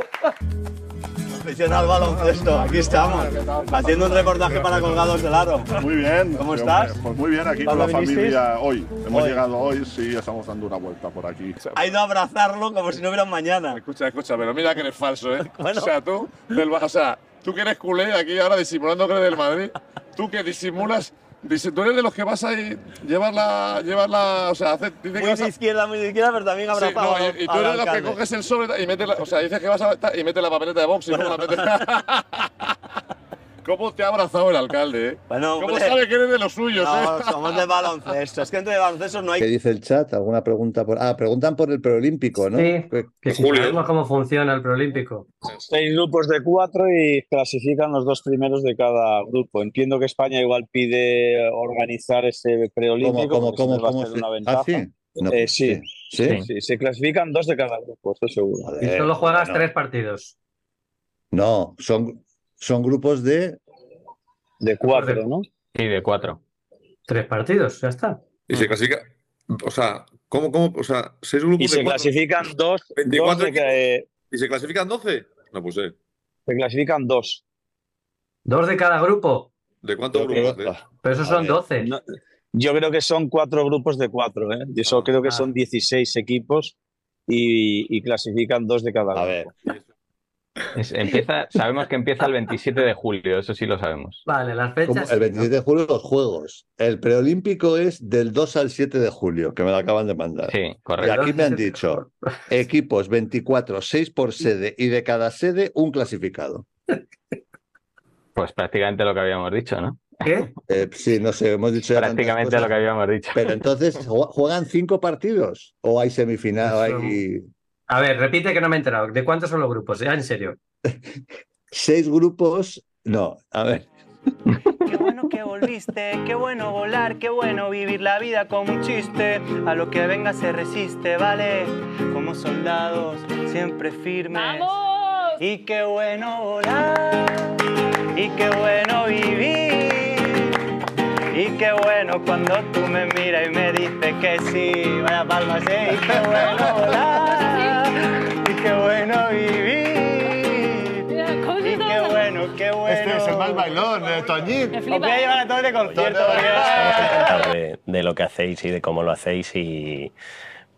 Speaker 12: Aficionado al baloncesto, aquí estamos, haciendo un reportaje para Colgados del Aro.
Speaker 14: Muy bien.
Speaker 12: ¿Cómo
Speaker 14: sí,
Speaker 12: estás?
Speaker 14: hombre, Pues muy bien, aquí con la
Speaker 12: ¿Cuándo vinisteis?
Speaker 14: familia hoy. Hemos
Speaker 12: Hoy.
Speaker 14: llegado hoy, sí, estamos dando una vuelta por aquí.
Speaker 12: Ha ido a abrazarlo como si no hubiera un mañana.
Speaker 14: Escucha, escucha, pero mira que eres falso, ¿eh? O sea, tú, del, Ba- o sea, tú que eres culé aquí ahora disimulando que eres del Madrid, tú que disimulas, dice, tú eres de los que vas a llevar la, llevar la, o sea, hace, dice que
Speaker 12: Muy
Speaker 14: vas
Speaker 12: de
Speaker 14: a-
Speaker 12: izquierda, muy de izquierda, pero también
Speaker 14: Sí,
Speaker 12: abrazado.
Speaker 14: no, y, y tú
Speaker 12: al
Speaker 14: eres los que
Speaker 12: alcalde.
Speaker 14: coges el sobre y metes la, o sea, dices que vas a, y metes la papeleta de box y luego la metes. ¿Cómo te ha abrazado el alcalde? eh?
Speaker 27: Bueno,
Speaker 14: ¿Cómo
Speaker 27: hombre.
Speaker 14: sabe que eres de los suyos?
Speaker 27: No,
Speaker 14: eh?
Speaker 27: somos de baloncesto. Es que entre baloncesto no hay
Speaker 1: ¿Qué dice el chat? ¿Alguna pregunta? Por... Ah, preguntan por el preolímpico, ¿no?
Speaker 28: Sí,
Speaker 1: Que-
Speaker 28: que si sabemos cómo funciona el preolímpico.
Speaker 6: Seis grupos de cuatro y clasifican los dos primeros de cada grupo. Entiendo que España igual pide organizar ese preolímpico.
Speaker 1: ¿Cómo, cómo, cómo,
Speaker 6: porque eso va a
Speaker 1: cómo
Speaker 6: ser
Speaker 1: se-
Speaker 6: una
Speaker 1: ah,
Speaker 6: ventaja.
Speaker 1: sí? No,
Speaker 6: Eh, sí.
Speaker 1: sí. Eh,
Speaker 6: Sí, sí, Se clasifican dos de cada grupo, estoy seguro.
Speaker 28: Y solo juegas
Speaker 6: bueno.
Speaker 28: tres partidos.
Speaker 1: No, son, son grupos de...
Speaker 6: De cuatro, ¿no?
Speaker 28: Sí, de cuatro. Tres partidos, ya está.
Speaker 5: Y se clasifica. O sea, ¿cómo, cómo? O sea, seis grupos
Speaker 6: Y
Speaker 5: de
Speaker 6: se
Speaker 5: cuatro.
Speaker 6: clasifican dos.
Speaker 5: 24
Speaker 6: dos de ca- eh,
Speaker 5: ¿Y se clasifican 12? No, pues eh.
Speaker 6: se clasifican dos.
Speaker 28: Dos de cada grupo.
Speaker 5: ¿De cuántos
Speaker 6: Yo creo-
Speaker 5: grupos? eh?
Speaker 28: Pero esos
Speaker 5: A
Speaker 6: Eh,
Speaker 28: son doce.
Speaker 6: no- yo creo que son cuatro grupos de cuatro, ¿eh? Yo
Speaker 1: Ah.
Speaker 6: solo
Speaker 28: Ah.
Speaker 6: creo que son 16 equipos y, y clasifican dos de cada grupo.
Speaker 3: Es- empieza, sabemos que empieza el 27 de julio, eso sí lo sabemos.
Speaker 28: Vale, las
Speaker 1: Como
Speaker 28: fechas.
Speaker 1: el 27 de julio los Juegos. El preolímpico es del 2 al 7 de julio, que me lo acaban de mandar.
Speaker 3: Sí, correcto.
Speaker 1: Y aquí me han dicho, equipos 24, 6 por sede y de cada sede un clasificado.
Speaker 3: Pues prácticamente lo que habíamos dicho, ¿no?
Speaker 28: ¿Qué?
Speaker 1: Eh, sí, no sé, hemos dicho ya tantas
Speaker 3: Prácticamente
Speaker 1: cosas.
Speaker 3: lo que habíamos dicho.
Speaker 1: Pero entonces, ¿ju- ¿juegan cinco partidos? ¿O hay semifinal? o hay
Speaker 28: A ver, repite que no me he enterado. ¿De cuántos son los grupos? Ya, en serio.
Speaker 1: seis grupos? No, a ver.
Speaker 8: que volviste, qué bueno volar, qué bueno vivir la vida como un chiste. A lo que venga se resiste, ¿vale? Como soldados, siempre firmes. Y qué bueno volar, y qué bueno vivir. Y qué bueno cuando tú me miras y me dices que sí. Vaya palmas, ¿eh? Y qué bueno volar, y qué bueno vivir. Y qué bueno, qué bueno.
Speaker 1: Este es el mal bailón de Toñín.
Speaker 8: Os voy a llevar a todos de concierto.
Speaker 2: Eh.
Speaker 12: hablar de, de lo que hacéis y de cómo lo hacéis y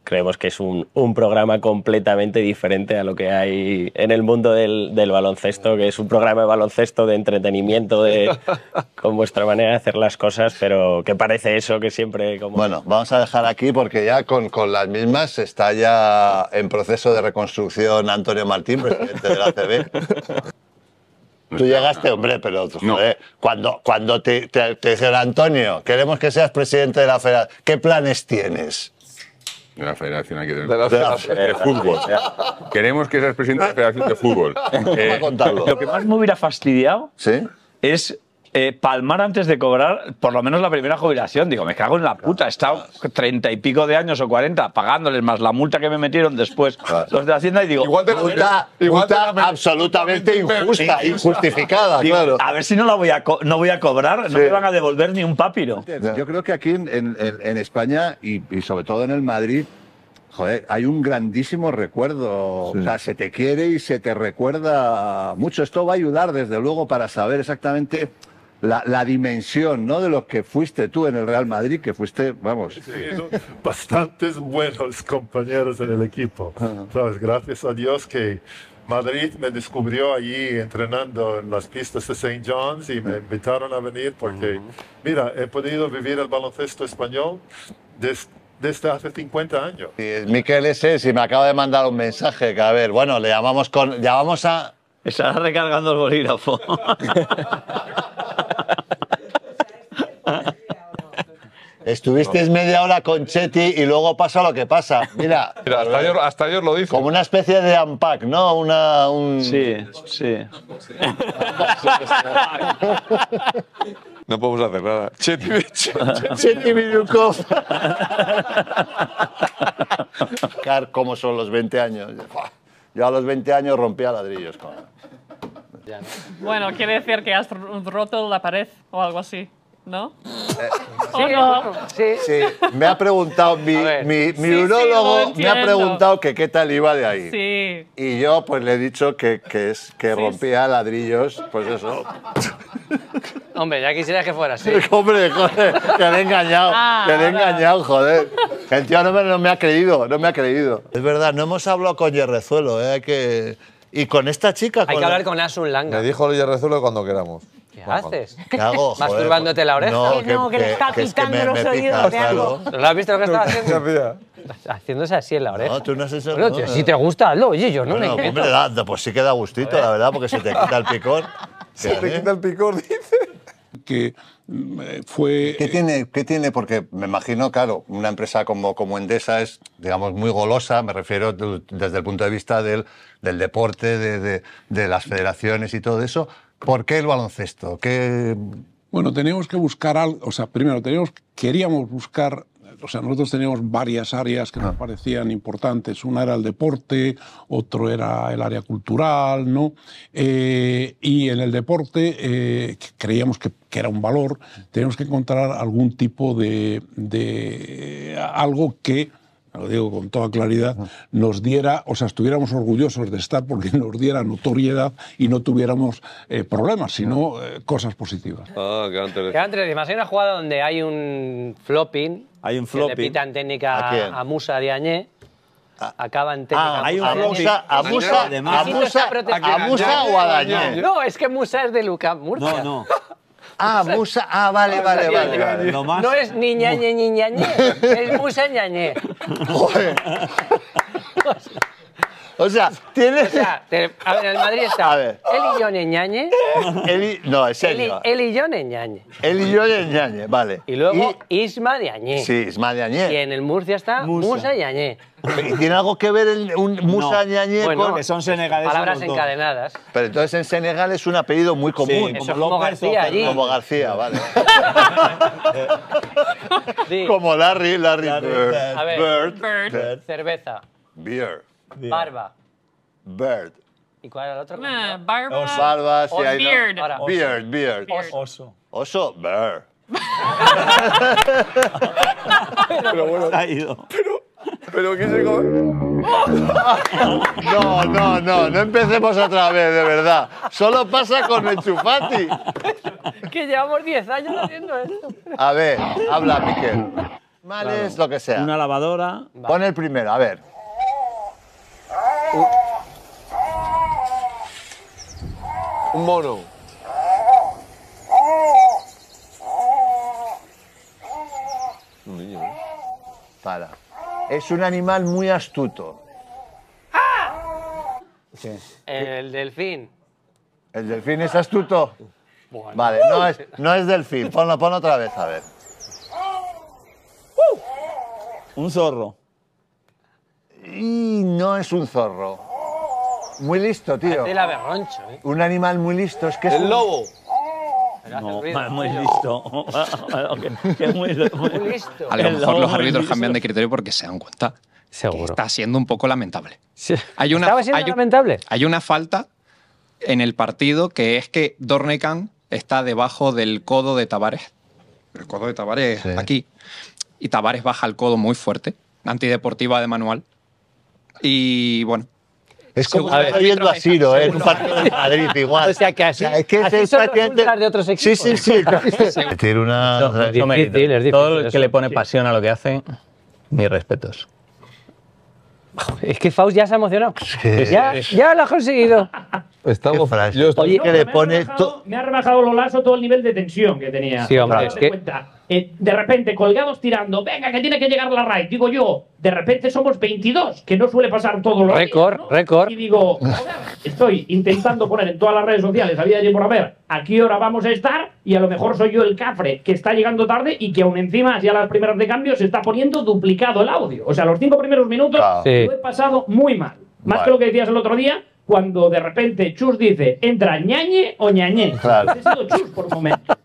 Speaker 12: creemos que es un, un programa completamente diferente a lo que hay en el mundo del, del baloncesto, que es un programa de baloncesto de entretenimiento, de, con vuestra manera de hacer las cosas, pero que parece eso que siempre como...
Speaker 1: Bueno, vamos a dejar aquí porque ya con, con las mismas está ya en proceso de reconstrucción Antonio Martín, presidente de la CB. Tú llegaste, hombre, pero joder, cuando, cuando te, te- te dijeron, Antonio, queremos que seas presidente de la federación, ¿qué planes tienes?
Speaker 12: De la Federación hay que tener-
Speaker 1: De la Federación.
Speaker 12: de Fútbol. Queremos que seas presidente de la Federación de Fútbol. Eh,
Speaker 1: a contarlo.
Speaker 12: Lo que más me hubiera fastidiado es eh, palmar antes de cobrar por lo menos la primera jubilación. Digo, me cago en la puta. He estado treinta y pico de años o cuarenta pagándoles más la multa que me metieron después los de Hacienda y digo... Igual
Speaker 1: Multa, multa absolutamente injusta, injustificada,
Speaker 12: Digo,
Speaker 1: claro.
Speaker 12: A ver si no la voy a, co- no voy a cobrar, no me van a devolver ni un papiro.
Speaker 29: Yo creo que aquí en, en- en- en España y, y sobre todo en el Madrid, joder, hay un grandísimo recuerdo. O sea, se te quiere y se te recuerda mucho. Esto va a ayudar, desde luego, para saber exactamente la, la dimensión ¿no? de lo que fuiste tú en el Real Madrid, que fuiste, vamos.
Speaker 30: bastantes buenos compañeros en el equipo.
Speaker 12: Ah.
Speaker 30: ¿Sabes? Gracias a Dios que Madrid me descubrió allí entrenando en las pistas de St. John's y me invitaron a venir porque, mira, he podido vivir el baloncesto español des- desde hace 50 años.
Speaker 1: Miquel S. si me acaba de mandar un mensaje, que a ver, bueno, le llamamos con. Llamamos a.
Speaker 12: Estará recargando el bolígrafo.
Speaker 1: Estuvisteis media hora con Chetty y luego pasa lo que pasa. Mira,
Speaker 5: Mira, hasta ellos, hasta ellos lo dicen.
Speaker 1: como una especie de unpack, ¿no? Una, un... Sí,
Speaker 12: sí.
Speaker 5: No podemos hacer nada. Chetty, Chetty-
Speaker 1: Chetty Virukov. Car, ¿cómo son los 20 años? Yo a los 20 años rompía ladrillos. con-
Speaker 15: Bueno, quiere decir que has r- roto la pared o algo así, ¿no?
Speaker 2: Sí,
Speaker 15: ¿O no?
Speaker 2: sí.
Speaker 1: Sí, me ha preguntado mi, mi, mi
Speaker 15: Sí, sí, lo
Speaker 1: urólogo, me ha
Speaker 15: entiendo.
Speaker 1: preguntado que qué tal iba de ahí.
Speaker 15: Sí.
Speaker 1: Y yo pues le he dicho que, que, es, que rompía ladrillos, pues eso.
Speaker 2: Hombre, ya quisieras que fuera así.
Speaker 1: Hombre, joder, que le he engañado,
Speaker 2: Ah,
Speaker 1: que le he
Speaker 2: ahora.
Speaker 1: engañado, joder. El tío no me, no me ha creído, no me ha creído. Es verdad, no hemos hablado con Yerrezuelo, ¿eh? Hay que... Y con esta chica...
Speaker 2: Hay que hablar con Asun Langa.
Speaker 5: Me dijo el Yerrezuelo cuando queramos.
Speaker 2: ¿Qué
Speaker 1: Bueno,
Speaker 2: haces?
Speaker 1: ¿qué hago, joder?
Speaker 2: Masturbándote la oreja.
Speaker 1: No, Que que- no, que le que- está que es que me- quitando me los oídos picas, de algo. claro.
Speaker 2: ¿No has visto lo que estaba haciendo? Haciéndose así en la oreja. No,
Speaker 1: tú no has hecho
Speaker 2: bueno, tío, Si te gusta, hazlo. Oye, yo no
Speaker 1: Bueno,
Speaker 2: me
Speaker 1: hombre,
Speaker 2: quedo.
Speaker 1: da- da- pues sí que da gustito, la verdad, porque se te quita el picor.
Speaker 7: Se te quita el picor, dice. Que mm, eh, fue.
Speaker 1: ¿Qué tiene, ¿Qué tiene? Porque me imagino, claro, una empresa como, como Endesa es, digamos, muy golosa, me refiero du- desde el punto de vista del, del deporte, de, de- de las federaciones y todo eso. ¿Por qué el baloncesto? ¿Qué,
Speaker 7: Bueno, teníamos que buscar algo. O sea, primero, teníamos, queríamos buscar. O sea, nosotros teníamos varias áreas que
Speaker 1: Ah.
Speaker 7: nos parecían importantes. Una era el deporte, otro era el área cultural, ¿no? Eh, y en el deporte eh, que creíamos que, que era un valor. Teníamos que encontrar algún tipo de, de algo que lo digo con toda claridad, nos diera, o sea, estuviéramos orgullosos de estar porque nos diera notoriedad y no tuviéramos eh, problemas, sino eh, cosas positivas.
Speaker 5: Ah, que antes.
Speaker 2: Quedan tres. Imagina una jugada donde hay un flopping.
Speaker 7: Hay un
Speaker 2: Que le
Speaker 7: flopping.
Speaker 2: pitan técnica
Speaker 7: ¿A quién? Ah,
Speaker 2: a, Musa de Añé. Acaba en técnica.
Speaker 7: hay un
Speaker 2: Musa de
Speaker 7: flopping.
Speaker 2: Añé.
Speaker 7: ¿A Musa-
Speaker 2: Además,
Speaker 7: a
Speaker 2: Asito
Speaker 7: Musa-
Speaker 2: está protegido.
Speaker 7: a Musa o a Dañé?
Speaker 2: No, es que Musa es de Luca Murcia.
Speaker 7: no.
Speaker 1: Ah, Musa. Ah, vale, vale, vale. vale.
Speaker 2: No es ni ñañe ni ñañe, es Musa ñañe.
Speaker 1: Joder. O sea, tienes.
Speaker 2: O sea, te- a ver, el Madrid está.
Speaker 1: A ver.
Speaker 2: Él y yo ñañe.
Speaker 1: Él y- no, es
Speaker 2: Él, y-
Speaker 1: serio.
Speaker 2: él y yo ñañe.
Speaker 1: Él y yo y Ñañe, vale.
Speaker 2: Y luego Isma de Añé.
Speaker 1: Sí, es más de
Speaker 2: Y
Speaker 1: Añé.
Speaker 2: en el Murcia está Musa, y Añé.
Speaker 1: ¿Y tiene algo que ver el, un Musa Ñañé
Speaker 2: Bueno,
Speaker 1: con...?
Speaker 2: que son senegaleses Palabras los dos. encadenadas.
Speaker 1: Pero entonces en Senegal es un apellido muy común.
Speaker 2: eso es como López García o allí.
Speaker 1: Como García, vale. Como Larry, Larry, Bird.
Speaker 2: A ver,
Speaker 1: Bird.
Speaker 2: cerveza,
Speaker 1: Beer.
Speaker 2: barba.
Speaker 1: Bird.
Speaker 2: ¿Y cuál era el otro?
Speaker 15: Ah, barba.
Speaker 1: Os barba, si
Speaker 15: Os
Speaker 1: hay... no-
Speaker 15: beard.
Speaker 1: Beard, beard.
Speaker 7: Oso.
Speaker 1: Oso, bear.
Speaker 5: Pero bueno.
Speaker 7: Ha ido.
Speaker 5: Pero qué se come.
Speaker 1: No, no, no, no empecemos otra vez, de verdad. Solo pasa con el chufati.
Speaker 2: Que llevamos 10 años haciendo esto.
Speaker 1: A ver, habla, Miquel. Mal
Speaker 2: Claro.
Speaker 1: es lo que sea. Una lavadora. Pon el primero, a ver.
Speaker 5: Un mono.
Speaker 1: Un niño, ¿eh? Para. Es un animal muy astuto.
Speaker 2: El delfín.
Speaker 1: ¿El delfín es astuto?
Speaker 2: Bueno.
Speaker 1: Vale, no es, no es delfín. Ponlo, ponlo otra vez, a ver. Un zorro. Y no es un zorro. Muy listo, tío.
Speaker 2: Parece el aberroncho, ¿eh?
Speaker 1: Un animal muy listo. Es que es
Speaker 2: El
Speaker 1: un-
Speaker 2: lobo. Pero hace
Speaker 31: No,
Speaker 2: ruido,
Speaker 31: muy
Speaker 2: tío.
Speaker 31: listo. Que- que muy-
Speaker 2: Muy listo.
Speaker 31: A lo
Speaker 2: El
Speaker 31: mejor
Speaker 2: lobo
Speaker 31: los
Speaker 2: muy
Speaker 31: árbitros
Speaker 2: listo.
Speaker 31: cambian de criterio porque se dan cuenta que está siendo un poco lamentable. Hay una,
Speaker 2: ¿Estaba siendo
Speaker 31: hay un-
Speaker 2: lamentable?
Speaker 31: hay una falta en el partido que es que Dornekan está debajo del codo de Tavares. El codo de Tavares aquí. Y Tavares baja el codo muy fuerte. Antideportiva de manual. Y bueno.
Speaker 1: Es
Speaker 2: como estar
Speaker 1: viendo a Ciro, ¿eh? en un partido de Madrid igual.
Speaker 2: O sea que así,
Speaker 1: es que
Speaker 2: así
Speaker 1: es
Speaker 2: son los
Speaker 1: prácticamente-
Speaker 2: ultras de otros equipos.
Speaker 1: Sí, sí, sí. Tiene una...
Speaker 32: Todo el que le pone pasión a lo que hace, mis respetos.
Speaker 2: Es que Faust ya se ha emocionado. Ya, ya lo has conseguido.
Speaker 32: Estamos.
Speaker 1: Oye, que le pone...
Speaker 22: Me ha rebajado Lolaso todo el nivel de tensión que tenía.
Speaker 2: Sí, hombre,
Speaker 22: Date
Speaker 2: es que-
Speaker 22: cuenta. Eh, de repente, colgados tirando, venga, que tiene que llegar la raid. Digo yo, de repente somos 22, que no suele pasar todo lo
Speaker 2: Récord, récord.
Speaker 22: Y digo, joder, estoy intentando poner en todas las redes sociales, había de por haber, a qué hora vamos a estar, y a lo mejor soy yo el cafre que está llegando tarde y que aún encima, ya las primeras de cambio, se está poniendo duplicado el audio. O sea, los cinco primeros minutos
Speaker 2: Sí.
Speaker 22: lo he pasado muy mal. Más que lo que decías el otro día, cuando de repente Chus dice, entra ñañe o ñañe.
Speaker 1: Claro.
Speaker 22: He sido Chus por un momento.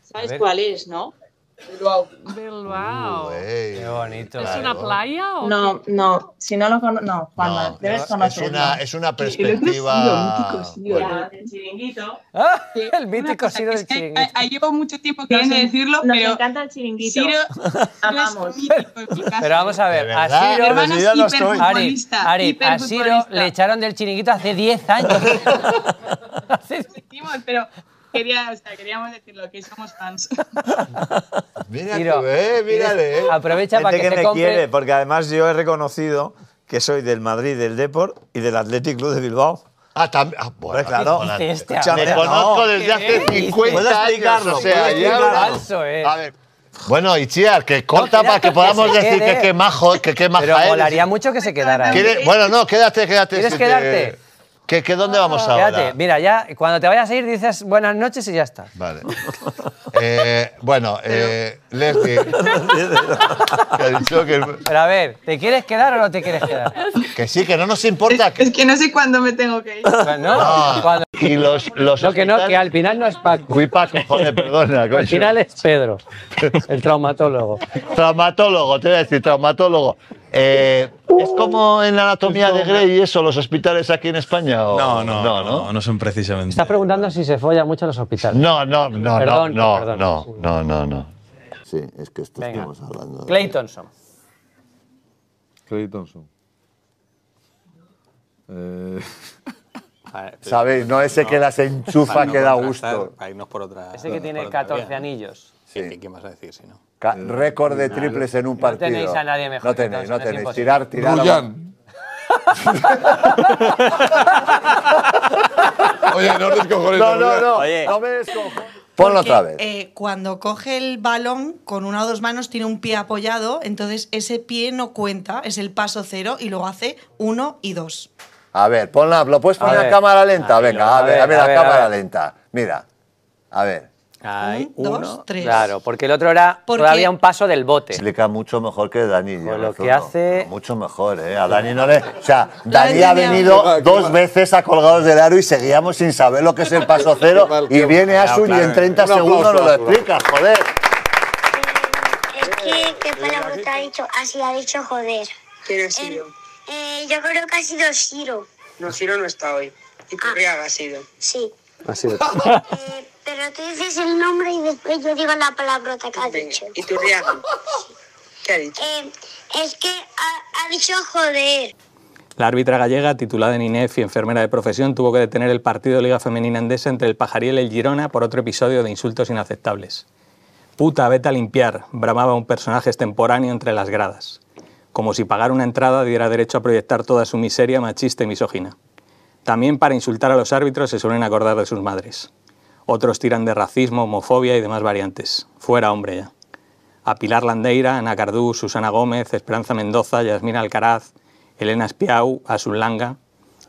Speaker 33: ¿Sabes cuál es, no? Bilbao.
Speaker 15: Bilbao.
Speaker 1: Qué
Speaker 2: bonito.
Speaker 15: ¿Es una playa o
Speaker 33: No, no, si no lo conoces, no, Juanma,
Speaker 1: No,
Speaker 33: debes
Speaker 1: es
Speaker 33: conocerlo.
Speaker 1: una- es una
Speaker 33: Sí,
Speaker 1: perspectiva-
Speaker 33: el mítico Ciro,
Speaker 1: Bueno.
Speaker 33: el chiringuito.
Speaker 2: Sí, Ah, el mítico Ciro del chiringuito.
Speaker 33: llevo mucho tiempo queriendo decirlo, nos pero... Nos encanta el chiringuito. Ciro amamos.
Speaker 2: Pero vamos a ver, a
Speaker 33: verdad,
Speaker 2: Ciro,
Speaker 33: hermano es
Speaker 2: Ari, Ari,
Speaker 33: hiperfutbolista,
Speaker 2: Ari, a Ciro
Speaker 33: hiperfutbolista.
Speaker 2: le echaron del chiringuito hace 10 años.
Speaker 33: Decimos, pero quería, o sea, queríamos decirlo, que somos fans.
Speaker 1: Mira
Speaker 2: Ciro,
Speaker 32: tú, eh, mírale, eh.
Speaker 2: Aprovecha para
Speaker 32: Gente
Speaker 2: que,
Speaker 32: que
Speaker 2: te
Speaker 32: me
Speaker 2: compre.
Speaker 32: quiere, porque además yo he reconocido que soy del Madrid, del Deport y del Athletic Club de Bilbao.
Speaker 1: Ah, también. Ah,
Speaker 12: Pues
Speaker 1: bueno, claro.
Speaker 12: ¿Qué dice este
Speaker 1: Escúchame,
Speaker 12: hombre?
Speaker 1: conozco
Speaker 12: No,
Speaker 1: desde
Speaker 12: ¿qué
Speaker 1: hace
Speaker 12: dices?
Speaker 1: 50
Speaker 12: ¿Puedo
Speaker 1: años.
Speaker 12: explicarlo?
Speaker 1: O sea,
Speaker 12: ¿Puedo
Speaker 1: ya. eh.
Speaker 12: explicarlo?
Speaker 2: Falso es.
Speaker 1: A ver. Bueno, Itziar, que corta
Speaker 2: quédate,
Speaker 1: para que
Speaker 2: que
Speaker 1: podamos
Speaker 2: se
Speaker 1: decir
Speaker 2: quede.
Speaker 1: que qué majo, que qué maja
Speaker 2: Pero
Speaker 1: eres.
Speaker 2: molaría mucho que se quedara. ¿eh?
Speaker 1: ¿Quiere- Bueno, no, quédate, quédate.
Speaker 2: ¿Quieres
Speaker 1: si te-
Speaker 2: quedarte? Ah,
Speaker 1: ¿Qué, qué, ¿Dónde vamos ahora?
Speaker 2: Fíjate, mira, ya cuando te vayas a ir dices buenas noches y ya está.
Speaker 1: Vale. Eh, bueno, eh, Leslie. que ha dicho que,
Speaker 2: Pero a ver, ¿te quieres quedar o no te quieres quedar?
Speaker 1: que sí, que no nos importa. que-
Speaker 34: Es que no sé cuándo me tengo que ir.
Speaker 2: Pues No, cuando-
Speaker 1: Ah, Y los, los
Speaker 2: no, que no, que al final no es Paco.
Speaker 1: Uy, Paco, joder, perdona. coño.
Speaker 2: Al final es Pedro, el traumatólogo.
Speaker 1: Traumatólogo, te voy a decir, traumatólogo. Eh, ¿Es como en la anatomía de Grey y eso, los hospitales aquí en España? o-
Speaker 22: No, no,
Speaker 1: no,
Speaker 22: no, no, son precisamente.
Speaker 2: Estás preguntando si se folla mucho en los hospitales.
Speaker 1: No, no, no,
Speaker 2: Perdón,
Speaker 1: no,
Speaker 2: perdón.
Speaker 1: no, no, no, no.
Speaker 5: Sí, es que esto
Speaker 2: Venga.
Speaker 5: estamos hablando.
Speaker 2: Clay Thompson.
Speaker 5: Clay Thompson. Eh,
Speaker 1: ¿Sabéis? No ese que las enchufa
Speaker 5: Para no
Speaker 1: que da
Speaker 5: contrastar,
Speaker 1: gusto.
Speaker 5: Para irnos por otra.
Speaker 2: Ese que tiene
Speaker 5: por otra
Speaker 2: 14
Speaker 5: vía, ¿no?
Speaker 2: anillos.
Speaker 5: Sí, ¿qué- ¿Qué vas a decir si no?
Speaker 1: Ca- Récord de triples en un
Speaker 2: No
Speaker 1: partido.
Speaker 2: tenéis a nadie mejor,
Speaker 1: No tenéis,
Speaker 2: entonces,
Speaker 1: no
Speaker 2: es
Speaker 1: tenéis.
Speaker 2: imposible.
Speaker 1: Tirar, tirar.
Speaker 35: Rullán.
Speaker 1: Oye, no descojones. No, no, no. no me descojones. Ponlo
Speaker 36: Porque,
Speaker 1: otra vez.
Speaker 36: eh, cuando coge el balón con una o dos manos tiene un pie apoyado, entonces ese pie no cuenta, es el paso cero y luego hace uno y dos.
Speaker 1: A ver, ponla, ¿lo puedes
Speaker 36: A
Speaker 1: poner a,
Speaker 5: ver.
Speaker 1: cámara lenta?
Speaker 5: Ahí
Speaker 1: Venga,
Speaker 5: lo-
Speaker 1: a ver, a ver, a,
Speaker 5: ver, a
Speaker 1: cámara
Speaker 5: ver.
Speaker 1: lenta. Mira, a ver.
Speaker 5: Hay
Speaker 2: dos,
Speaker 5: uno.
Speaker 36: tres.
Speaker 2: Claro, porque el otro era
Speaker 36: Porque-
Speaker 2: todavía un paso del bote.
Speaker 1: Explica mucho mejor que Dani. yo
Speaker 2: lo
Speaker 1: creo,
Speaker 2: que
Speaker 1: no.
Speaker 2: hace-
Speaker 1: Mucho mejor, ¿eh? A Dani no le. O sea, Dani
Speaker 36: línea.
Speaker 1: ha venido dos veces a colgados del aro y seguíamos sin saber lo que es el paso cero. y viene Asun y en 30
Speaker 5: Un aplauso,
Speaker 1: segundos nos lo
Speaker 5: Asun.
Speaker 1: explica, joder.
Speaker 9: Es que, ¿qué palabra ha dicho? Así ha dicho joder. Em,
Speaker 6: ¿Quién ha sido?
Speaker 9: Eh, yo creo que ha sido Shiro.
Speaker 6: No, Ciro no está hoy. Y Turriaga ha sido.
Speaker 9: Sí.
Speaker 12: Ha sido.
Speaker 9: Eh, pero tú dices el nombre y después yo digo la palabrota que ha dicho.
Speaker 6: ¿Y Turriaga? ¿Qué ha dicho?
Speaker 9: Eh, es que ha, ha dicho joder.
Speaker 3: La árbitra gallega, titulada en INEF y enfermera de profesión, tuvo que detener el partido de Liga Femenina Andesa entre el Pajariel y el Girona por otro episodio de insultos inaceptables. Puta, vete a limpiar, bramaba un personaje extemporáneo entre las gradas. Como si pagar una entrada diera derecho a proyectar toda su miseria machista y misógina. También para insultar a los árbitros se suelen acordar de sus madres. Otros tiran de racismo, homofobia y demás variantes. Fuera, hombre, ya. A Pilar Landeira, Ana Cardú, Susana Gómez, Esperanza Mendoza, Yasmina Alcaraz, Elena Espiau, Asun Langa.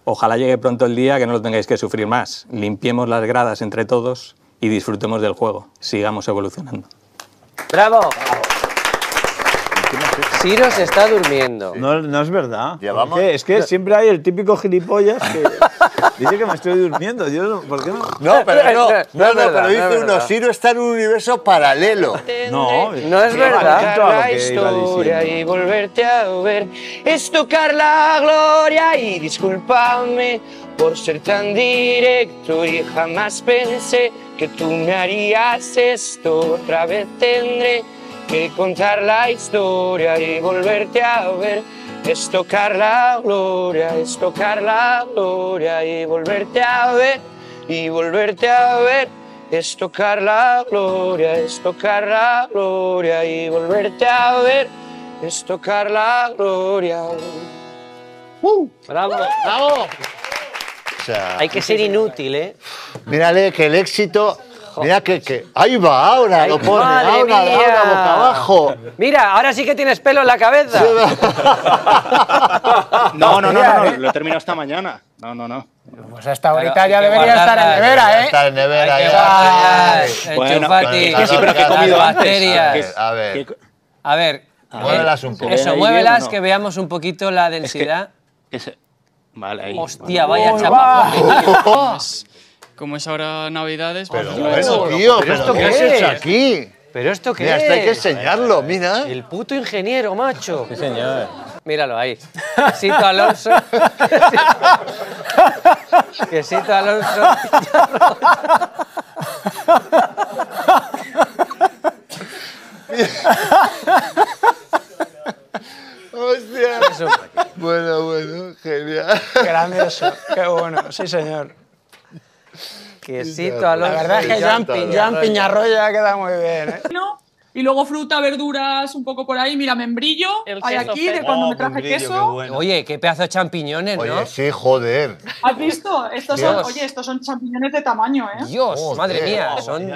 Speaker 3: Ojalá llegue pronto el día que no lo tengáis que sufrir más. Limpiemos las gradas entre todos y disfrutemos del juego. Sigamos evolucionando.
Speaker 2: ¡Bravo! Ciro se está durmiendo.
Speaker 12: No, no es verdad.
Speaker 2: Llevamos-
Speaker 12: Es que- Es que siempre hay el típico gilipollas que dice que me estoy durmiendo. Yo, no- ¿Por qué no?
Speaker 1: No, pero no, no, no,
Speaker 12: es verdad,
Speaker 1: pero
Speaker 12: no
Speaker 1: dice
Speaker 12: es
Speaker 1: uno,
Speaker 12: verdad.
Speaker 1: Ciro está en un universo paralelo.
Speaker 12: No,
Speaker 2: No es
Speaker 12: Sí,
Speaker 2: verdad.
Speaker 12: atento a lo que iba diciendo.
Speaker 8: y volverte a ver es tocar la gloria y discúlpame por ser tan directo y jamás pensé que tú me harías esto otra vez tendré que contar la historia y volverte a ver es tocar la gloria es tocar la gloria y volverte a ver y volverte a ver es tocar la gloria es tocar la gloria y volverte a ver es tocar la gloria.
Speaker 2: ¡Bravo! ¡Bravo!
Speaker 1: O sea,
Speaker 2: Hay que ser inútil, ¿eh?
Speaker 1: Mírale que el éxito. Mira que, que. Ahí va, ahora lo pone,
Speaker 2: ¡Madre
Speaker 1: ahora,
Speaker 2: mía!
Speaker 1: ahora, boca abajo.
Speaker 2: Mira, ahora sí que tienes pelo en la cabeza.
Speaker 8: No, no, no, no, no, lo he terminado esta mañana. No, no, no.
Speaker 4: Pues hasta
Speaker 8: ahorita ya debería estar en nevera, ¿eh?
Speaker 1: Está en nevera,
Speaker 8: Hay que
Speaker 1: ya.
Speaker 8: guardar,
Speaker 1: Sí.
Speaker 8: Bueno, enchufati. es que sí, pero que he comido
Speaker 2: antes.
Speaker 1: A ver. Eh,
Speaker 2: A ver. eh,
Speaker 1: Muévelas un poco.
Speaker 2: Eso,
Speaker 8: ¿Ahí
Speaker 2: muévelas,
Speaker 8: bien o no?
Speaker 2: que veamos un poquito la densidad.
Speaker 8: Ese- Vale, ahí.
Speaker 2: Hostia, vaya chapa.
Speaker 8: Como es ahora Navidades,
Speaker 2: Pero
Speaker 8: pues,
Speaker 2: bueno,
Speaker 8: eso.
Speaker 2: tío, ¿pero esto qué es?
Speaker 1: aquí?
Speaker 2: ¿Pero esto qué
Speaker 8: Mira,
Speaker 2: es?
Speaker 8: esto hay que
Speaker 1: enseñarlo, mira.
Speaker 2: El puto ingeniero, macho. Sí,
Speaker 8: señor.
Speaker 2: Míralo ahí. Quesito Alonso. Quesito Alonso.
Speaker 1: Hostia. Bueno, bueno, genial.
Speaker 4: Grandioso, qué bueno, sí señor.
Speaker 2: Quesito Alonso.
Speaker 4: La verdad es que Juan, Pi- Juan Piñarroya queda muy bien. ¿eh?
Speaker 37: Y luego fruta, verduras, un poco por ahí. Mira, membrillo. hay
Speaker 2: queso
Speaker 37: aquí, de
Speaker 2: feta.
Speaker 37: cuando
Speaker 2: Oh,
Speaker 37: me traje
Speaker 2: membrillo,
Speaker 37: queso.
Speaker 2: qué Oye, qué pedazo de champiñones, ¿no? Oye,
Speaker 1: sí, joder.
Speaker 37: ¿Has visto? Estos son,
Speaker 2: Dios.
Speaker 37: oye, estos son champiñones de tamaño, ¿eh?
Speaker 2: Dios, madre mía, son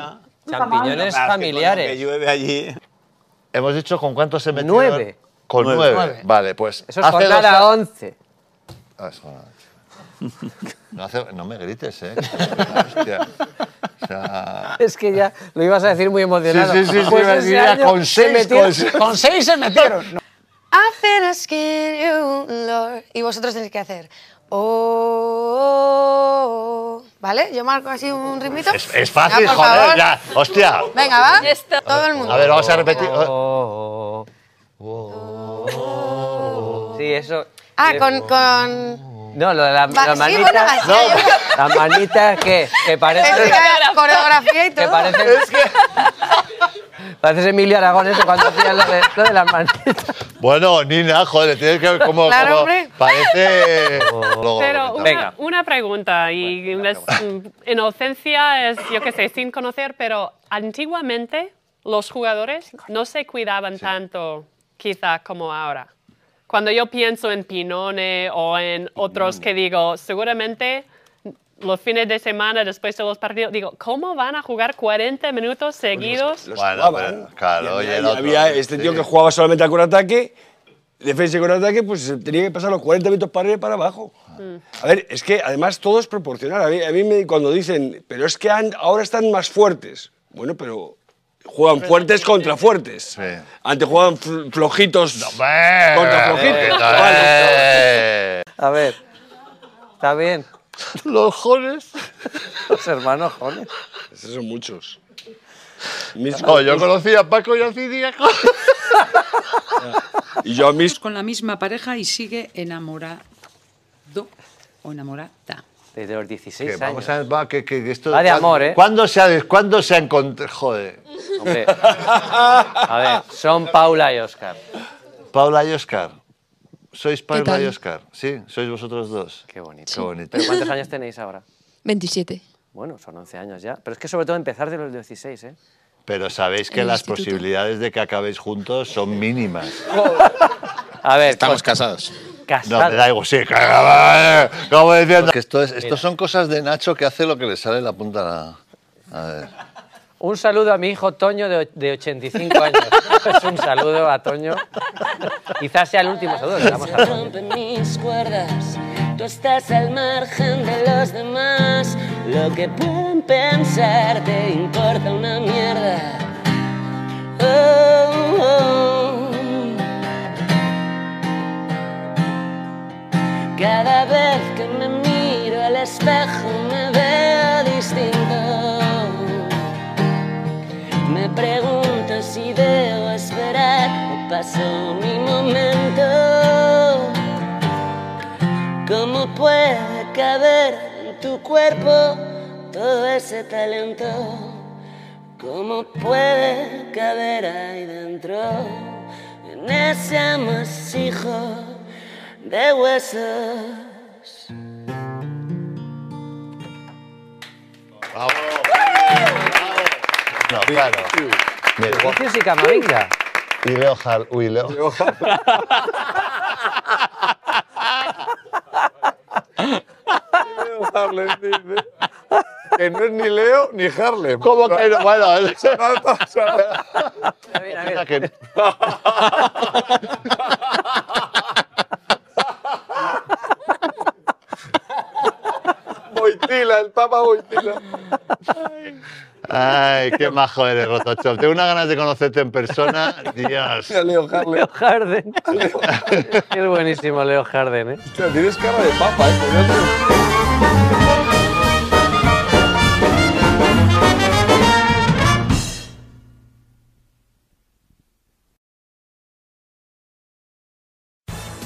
Speaker 2: champiñones familiares.
Speaker 1: llueve allí. Hemos dicho con cuánto se metió.
Speaker 2: Nueve.
Speaker 1: Con
Speaker 2: Nueve.
Speaker 1: nueve.
Speaker 2: Nueve.
Speaker 1: Vale, pues.
Speaker 2: Eso es jornada 11.
Speaker 1: Ah, es jornada once. No, hace- no me grites, ¿eh? Hostia. O sea,
Speaker 2: Es que ya lo ibas a decir muy emocionado.
Speaker 1: Sí, sí, sí, sí,
Speaker 2: Pues
Speaker 1: iba a
Speaker 2: ese
Speaker 1: decir, ya
Speaker 2: año
Speaker 1: con
Speaker 2: se
Speaker 1: seis,
Speaker 2: metieron-
Speaker 1: con seis.
Speaker 2: con seis se metieron. No.
Speaker 6: I feel I scared you, Lord. Y vosotros tenéis que hacer. Oh, oh, oh. ¿Vale? Yo marco así un ritmito.
Speaker 1: es, es fácil,
Speaker 6: Ya, por
Speaker 1: joder,
Speaker 6: favor.
Speaker 1: ya. Hostia.
Speaker 6: Venga, va. Todo el mundo.
Speaker 1: A ver, vamos a repetir.
Speaker 2: Oh, Sí, eso. eh,
Speaker 6: Ah, con. con...
Speaker 2: No, lo de la,
Speaker 6: Va,
Speaker 2: la
Speaker 6: sí,
Speaker 2: manita.
Speaker 6: bueno, así, No. yo-
Speaker 2: La manita que, que parece.
Speaker 6: Pensé que era coreografía y
Speaker 2: Que
Speaker 6: todo.
Speaker 2: parece. Parece Emilio Aragón eso cuando hacía lo de, lo de las manitas.
Speaker 1: Bueno, Nina, joder, tienes que ver cómo.
Speaker 15: Claro,
Speaker 1: cómo
Speaker 15: hombre.
Speaker 1: Parece. Luego
Speaker 15: Pero
Speaker 1: comentamos.
Speaker 15: una, una pregunta, y es- inocencia es, yo qué sé, sin conocer, pero antiguamente los jugadores no se cuidaban tanto, quizá como ahora. Cuando yo pienso en Pinone o en otros que digo, seguramente los fines de semana después de los partidos, digo, ¿cómo van a jugar 40 minutos seguidos?
Speaker 1: Bueno, pero, claro,
Speaker 4: ¿eh? Y había-
Speaker 1: oye, el otro,
Speaker 4: había
Speaker 12: eh,
Speaker 4: este tío que jugaba solamente al contraataque, defensa y contraataque, pues tenía que pasar los 40 minutos para arriba y para abajo. A ver, es que además todo es proporcional. A mí, a mí me- cuando dicen, pero es que han- ahora están más fuertes. Bueno, pero juegan fuertes contra fuertes. Antes jugaban fl- flojitos contra flojitos.
Speaker 2: A ver. ¿Está bien?
Speaker 1: Los jones.
Speaker 2: Los hermanos jones.
Speaker 4: Esos son muchos.
Speaker 1: No, yo conocí a Paco y a Cidiaco.
Speaker 4: Y yo a mis...
Speaker 10: Con la misma pareja y sigue enamorado o enamorada.
Speaker 2: Desde los 16
Speaker 1: Que
Speaker 2: años.
Speaker 1: vamos a, va, que, que esto,
Speaker 2: Va de
Speaker 1: ¿cuándo-
Speaker 2: amor, ¿eh?
Speaker 1: ¿Cuándo se, ha- ¿cuándo se ha encontrado? Joder.
Speaker 2: Hombre. A ver, son Paula y Oscar.
Speaker 1: Paula y Oscar. Sois Paula
Speaker 10: tal?
Speaker 1: y Oscar. Sí, sois vosotros dos.
Speaker 2: Qué bonito.
Speaker 1: Qué bonito.
Speaker 2: ¿Pero cuántos años tenéis ahora?
Speaker 10: 27.
Speaker 2: Bueno, son 11 años ya. Pero es que sobre todo empezar de los 16, ¿eh?
Speaker 1: Pero sabéis que
Speaker 2: El
Speaker 1: las
Speaker 2: instituto.
Speaker 1: posibilidades de que acabéis juntos son mínimas.
Speaker 2: A ver.
Speaker 1: Estamos casados.
Speaker 2: Casados.
Speaker 1: No, me da igual, sí, cagaba, eh, acabo diciendo. Que esto es, esto
Speaker 2: Mira.
Speaker 1: son cosas de Nacho que hace lo que le sale la punta a la... A ver.
Speaker 2: Un saludo a mi hijo Toño de, o- de 85 años. es un saludo a Toño. Quizás sea el último saludo que le damos a Toño.
Speaker 38: rompen mis cuerdas. Tú estás al margen de los demás. Lo que pueden pensar te importa una mierda. Oh, oh. Cada vez que me miro al espejo me veo distinto. Me pregunto si debo esperar o pasó mi momento. ¿Cómo puede caber en tu cuerpo todo ese talento? ¿Cómo puede caber ahí dentro en ese amasijo de huesos?
Speaker 1: No, claro. Mira.
Speaker 2: Vinicius y Camavinga.
Speaker 1: Y Leo Hal- Uy, Leo.
Speaker 14: Harlem, dice. Que no es ni Leo ni Harlem.
Speaker 1: ¿Cómo que no? Bueno,
Speaker 14: mira.
Speaker 1: Que-
Speaker 14: Boitila, el Papa Boitila.
Speaker 1: Ay, qué majo eres, Rotochop. Tengo unas ganas de conocerte en persona. Dios.
Speaker 14: Leo Harlem.
Speaker 2: Leo Harden. es buenísimo Leo Harden, ¿eh?
Speaker 14: tienes cara de papa, ¿eh? Podrías ser-